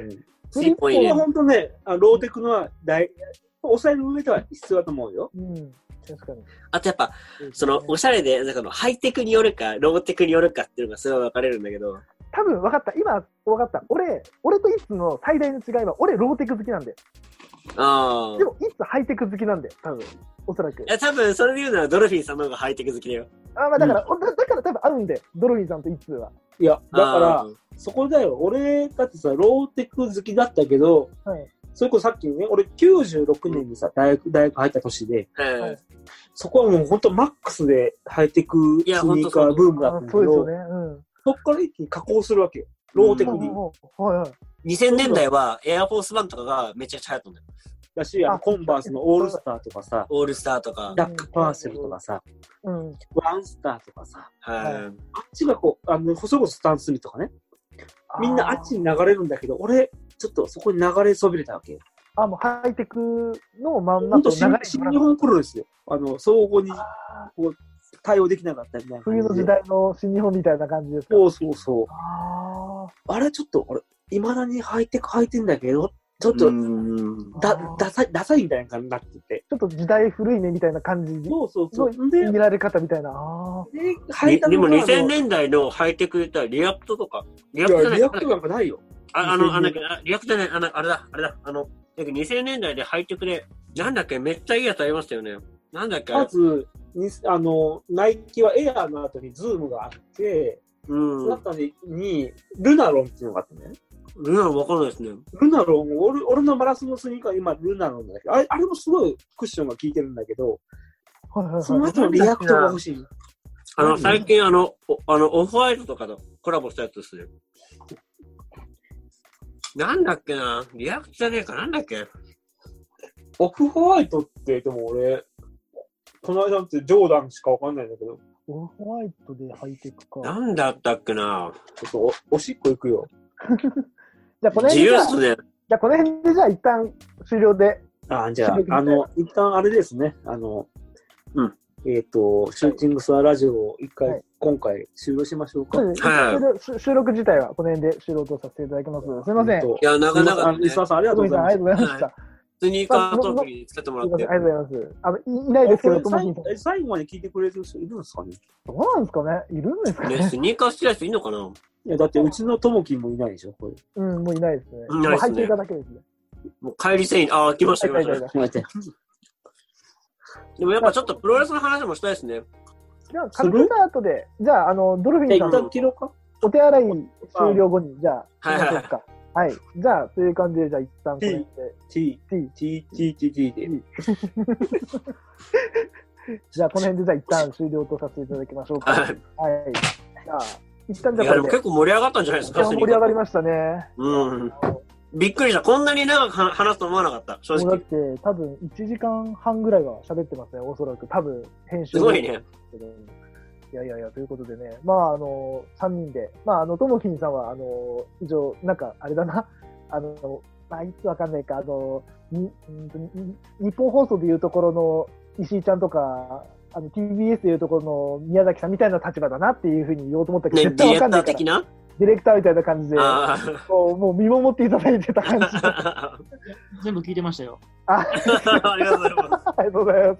Speaker 3: こ
Speaker 1: スリッポンいい
Speaker 3: れ
Speaker 1: ね
Speaker 3: は。本当ね、あローテクのは大、抑える上では必要だと思うよ。
Speaker 2: うん、確かに。
Speaker 1: あとやっぱ、その、おしゃれで、なんかの、ハイテクによるか、ローテクによるかっていうのがすごい分かれるんだけど。
Speaker 2: 多分分かった、今分かった、俺、俺とイッツの最大の違いは、俺、ローテク好きなんで、
Speaker 1: あ
Speaker 2: でも、イッツハイテク好きなんで、多分おそらく。
Speaker 1: あ。多分、それで言うならドルフィンさんの方がハイテク好きだよ。
Speaker 2: あまあだから、おだだから多分合うんで、ドルフィンさんとイッツは。
Speaker 3: いや、だから
Speaker 1: あ、ー、
Speaker 3: そこだよ。俺、だってさ、ローテク好きだったけど、
Speaker 2: はい、
Speaker 3: それこそさっきね、俺96年にさ、大学、大学入った年で、
Speaker 1: うん
Speaker 2: はい
Speaker 3: そこはもう本当マックスでハイテクス
Speaker 1: い
Speaker 3: ニ
Speaker 1: やほん
Speaker 3: ー
Speaker 1: と
Speaker 3: カーブームだった
Speaker 2: あ
Speaker 3: んだけ
Speaker 2: そうですよ
Speaker 3: ど、
Speaker 2: ね。
Speaker 3: そこから一気に加工するわけよ。ローテク
Speaker 2: うん。
Speaker 3: に。
Speaker 2: ほうほうはいはい。
Speaker 1: 2000年代は、エアフォースワンとかがめちゃくちゃ流行ったんだよ。
Speaker 3: だし、あの
Speaker 2: あ
Speaker 3: コンバースのオールスターとかさ、
Speaker 1: オールスターとか。
Speaker 3: ダックパーセルとかさ、
Speaker 2: うん。
Speaker 3: ワンスターとかさ、
Speaker 1: は
Speaker 3: あっちがこう、あの、それこそスタンスミとかね、みんなあっち
Speaker 2: ー
Speaker 3: に流れるんだけど、俺、ちょっとそこに流れそびれたわけよ。
Speaker 2: あ、もうハイテクのまん
Speaker 3: ほ
Speaker 2: ま
Speaker 3: ん
Speaker 2: と流
Speaker 3: と新
Speaker 2: れ
Speaker 3: 新日本プロレスよ。あの、総合に
Speaker 2: あ
Speaker 3: こう、対応できなかったみたいな感
Speaker 2: 冬
Speaker 3: じで。
Speaker 2: の時代の新日本みたいな感じですか。
Speaker 3: そうそうそう。
Speaker 2: ああ。
Speaker 3: あれちょっと、俺、いまだに履いて履いてんだけど、ちょっと、
Speaker 1: うん
Speaker 3: だ、ダサい、ダサいみたいな感じになってて。
Speaker 2: ちょっと時代古いねみたいな感じに
Speaker 3: そうそうそう。で、
Speaker 2: 見られ方みたいな。あ
Speaker 3: で履いた
Speaker 1: で
Speaker 3: の
Speaker 1: も
Speaker 3: が
Speaker 1: 2000年代のハイテクで言ったらリアクトとか、リアクトじゃ
Speaker 3: いや
Speaker 1: ない
Speaker 3: リアクトなんかないよ。
Speaker 1: ああの、あの、あリアクトじゃない、あの、あれだ、あれだ、あの、なんか2000年代でハイテクで、なんだっけ、めっちゃいいやつありましたよね。なんだっけ、あ
Speaker 3: ま
Speaker 1: れ
Speaker 3: ず、にあの、ナイキはエアーの後にズームがあって、
Speaker 1: うん。
Speaker 3: その後に、ルナロンっていうのがあったね。
Speaker 1: ルナわかんないですね。
Speaker 3: ルナロン、俺俺のマラソンのスニーカー、今、ルナロンなんだけど、あれあれもすごいクッションが効いてるんだけど、
Speaker 2: あ。はいはいはい
Speaker 3: その後のリアクトが欲しい。
Speaker 1: あ
Speaker 3: う
Speaker 1: の、
Speaker 3: ん
Speaker 1: 最近あの、おあの、オフホワイトとかとコラボしたやつですね。なんだっけなリアクトじゃねえかなんだっけ
Speaker 3: オフホワイトって、でも俺、この間のってジョーダンしかわかんないんだけど、
Speaker 2: オフホワイトで履いていくか。
Speaker 1: なんだったっけな
Speaker 3: ちょっとおおしっこ行くよ。
Speaker 2: じゃあこの
Speaker 1: 自
Speaker 2: 辺でじ
Speaker 1: 由
Speaker 2: ゃ
Speaker 1: っ
Speaker 2: あ、
Speaker 1: す
Speaker 2: じ
Speaker 1: ね。
Speaker 2: ゃあこの辺でじゃあ一旦終了で。
Speaker 3: あ、じゃ
Speaker 2: 収録
Speaker 3: あ、あの、一旦あれですね、あの、
Speaker 1: うん。
Speaker 3: えっ、と、シューティングスワーラジオを一回、
Speaker 2: はい
Speaker 3: 今回終了しましょうか。
Speaker 2: そうですね
Speaker 1: はい
Speaker 2: 収録収収録自体はこの辺で終了とさせていただきます。すみません。
Speaker 3: ほと
Speaker 1: いや、なかなか、ね、
Speaker 3: リスナ
Speaker 1: ス
Speaker 3: ーさん、ありがとう
Speaker 2: トミ
Speaker 3: ござい
Speaker 2: さん、
Speaker 3: ま
Speaker 2: あ
Speaker 3: す
Speaker 2: り。がとうございました。
Speaker 1: ニーカートークに使っても
Speaker 2: すみま
Speaker 1: らっ
Speaker 2: せん、
Speaker 1: て
Speaker 2: あ。りがとうございます。あの、いいないですけど、ともしんさん
Speaker 3: こ。れ最最後まで聞いてくれる人いるんですかね
Speaker 2: どうなんですかねいるんですか
Speaker 1: ね、
Speaker 2: ね
Speaker 1: スニーカー好きな人いんのかない
Speaker 3: や、だってうちのともきんもいないでしょ、これ。
Speaker 2: うん、もういないですね。
Speaker 1: いないです
Speaker 2: もう履
Speaker 1: ね
Speaker 2: いていただけですね。
Speaker 1: もう帰りせいああ、来ました、来ま
Speaker 2: はい
Speaker 1: し
Speaker 2: はいはい
Speaker 1: た。
Speaker 2: はい。
Speaker 3: 待って。
Speaker 1: でもやっぱちょっとプロレスの話もしたいですね。
Speaker 2: じゃあ、軽くした後で、じゃあ、あの、ドルフィン
Speaker 3: 一
Speaker 2: さん
Speaker 1: はい
Speaker 3: 旦切ろうか。
Speaker 2: お手洗い終了後に、じゃあ、
Speaker 1: はい
Speaker 2: 行きましょうか。はい。じゃあ、という感じで、じゃあ、一旦これで。
Speaker 3: T、
Speaker 2: T
Speaker 3: T、T、T、T で。
Speaker 2: じゃあ、この辺で、じゃあ、一旦終了とさせていただきましょうか。はい。
Speaker 1: はい。
Speaker 2: じゃあ、一旦じゃ
Speaker 1: いや、
Speaker 2: あ、
Speaker 1: でも
Speaker 2: これ
Speaker 1: 結
Speaker 2: で。
Speaker 1: 構盛り上がったんじゃないです
Speaker 2: いや
Speaker 1: か、
Speaker 2: 盛り上がり
Speaker 1: ま
Speaker 2: ましたね。
Speaker 1: うん。びっくりした。こんなに長くは話すと思わなかった、正
Speaker 2: もうだっ
Speaker 1: 直。
Speaker 2: て、多分1時間半ぐらいは喋ってますね、おそらく。多分編集
Speaker 1: すごいね。
Speaker 2: いやいやいや、ということでね、まあ、あの、3人で、まあ、あの、ともきんさんは、あの、以上、なんか、あれだな、 <laughs> あの、まあ、いつわかんないか、あの、にうんとに日本放送でいうところの石井ちゃんとか、あの、TBS でいうところの宮崎さんみたいな立場だなっていうふうに言おうと思ったけど、
Speaker 1: ね、デ
Speaker 2: 絶対
Speaker 1: ィ
Speaker 2: わ
Speaker 1: レ
Speaker 2: かん
Speaker 1: ク
Speaker 2: な
Speaker 1: タ
Speaker 2: いから、
Speaker 1: ー的
Speaker 2: デ
Speaker 1: な
Speaker 2: ィレクターみたいな感じで、
Speaker 1: あ
Speaker 2: こうもう見守っていただいてた感じ。
Speaker 1: あ。
Speaker 4: 全部聞いてましたよ。
Speaker 2: あ
Speaker 1: <laughs> ありがとうございます。
Speaker 2: ありがとうございます。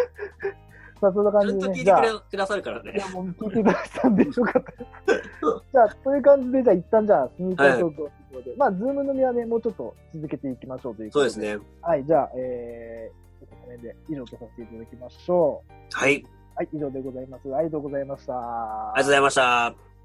Speaker 2: <laughs> さあ、そんな
Speaker 1: ちゃ
Speaker 2: 感
Speaker 1: んと
Speaker 2: じで、
Speaker 1: 聞
Speaker 2: ね、
Speaker 1: い
Speaker 2: じ
Speaker 1: て
Speaker 2: ゃ
Speaker 1: く
Speaker 2: あ、
Speaker 1: れ
Speaker 2: い
Speaker 1: くださるからね。
Speaker 2: や、もう聞いていただいたんで、よ <laughs> かったです。じゃあ、という感じで、じゃあ、一旦じゃあ、スニーカートークをということで、まあ、ズームのみはね、もうちょっと続けていきましょうというこ
Speaker 1: そう
Speaker 2: と
Speaker 1: で
Speaker 2: で。
Speaker 1: す。ね。
Speaker 2: はい、じゃあ、えー、この辺で以上とさせていただきましょう。
Speaker 1: はい。あり
Speaker 2: はい、以上でございます。ありがとうございました。
Speaker 1: がとうございました。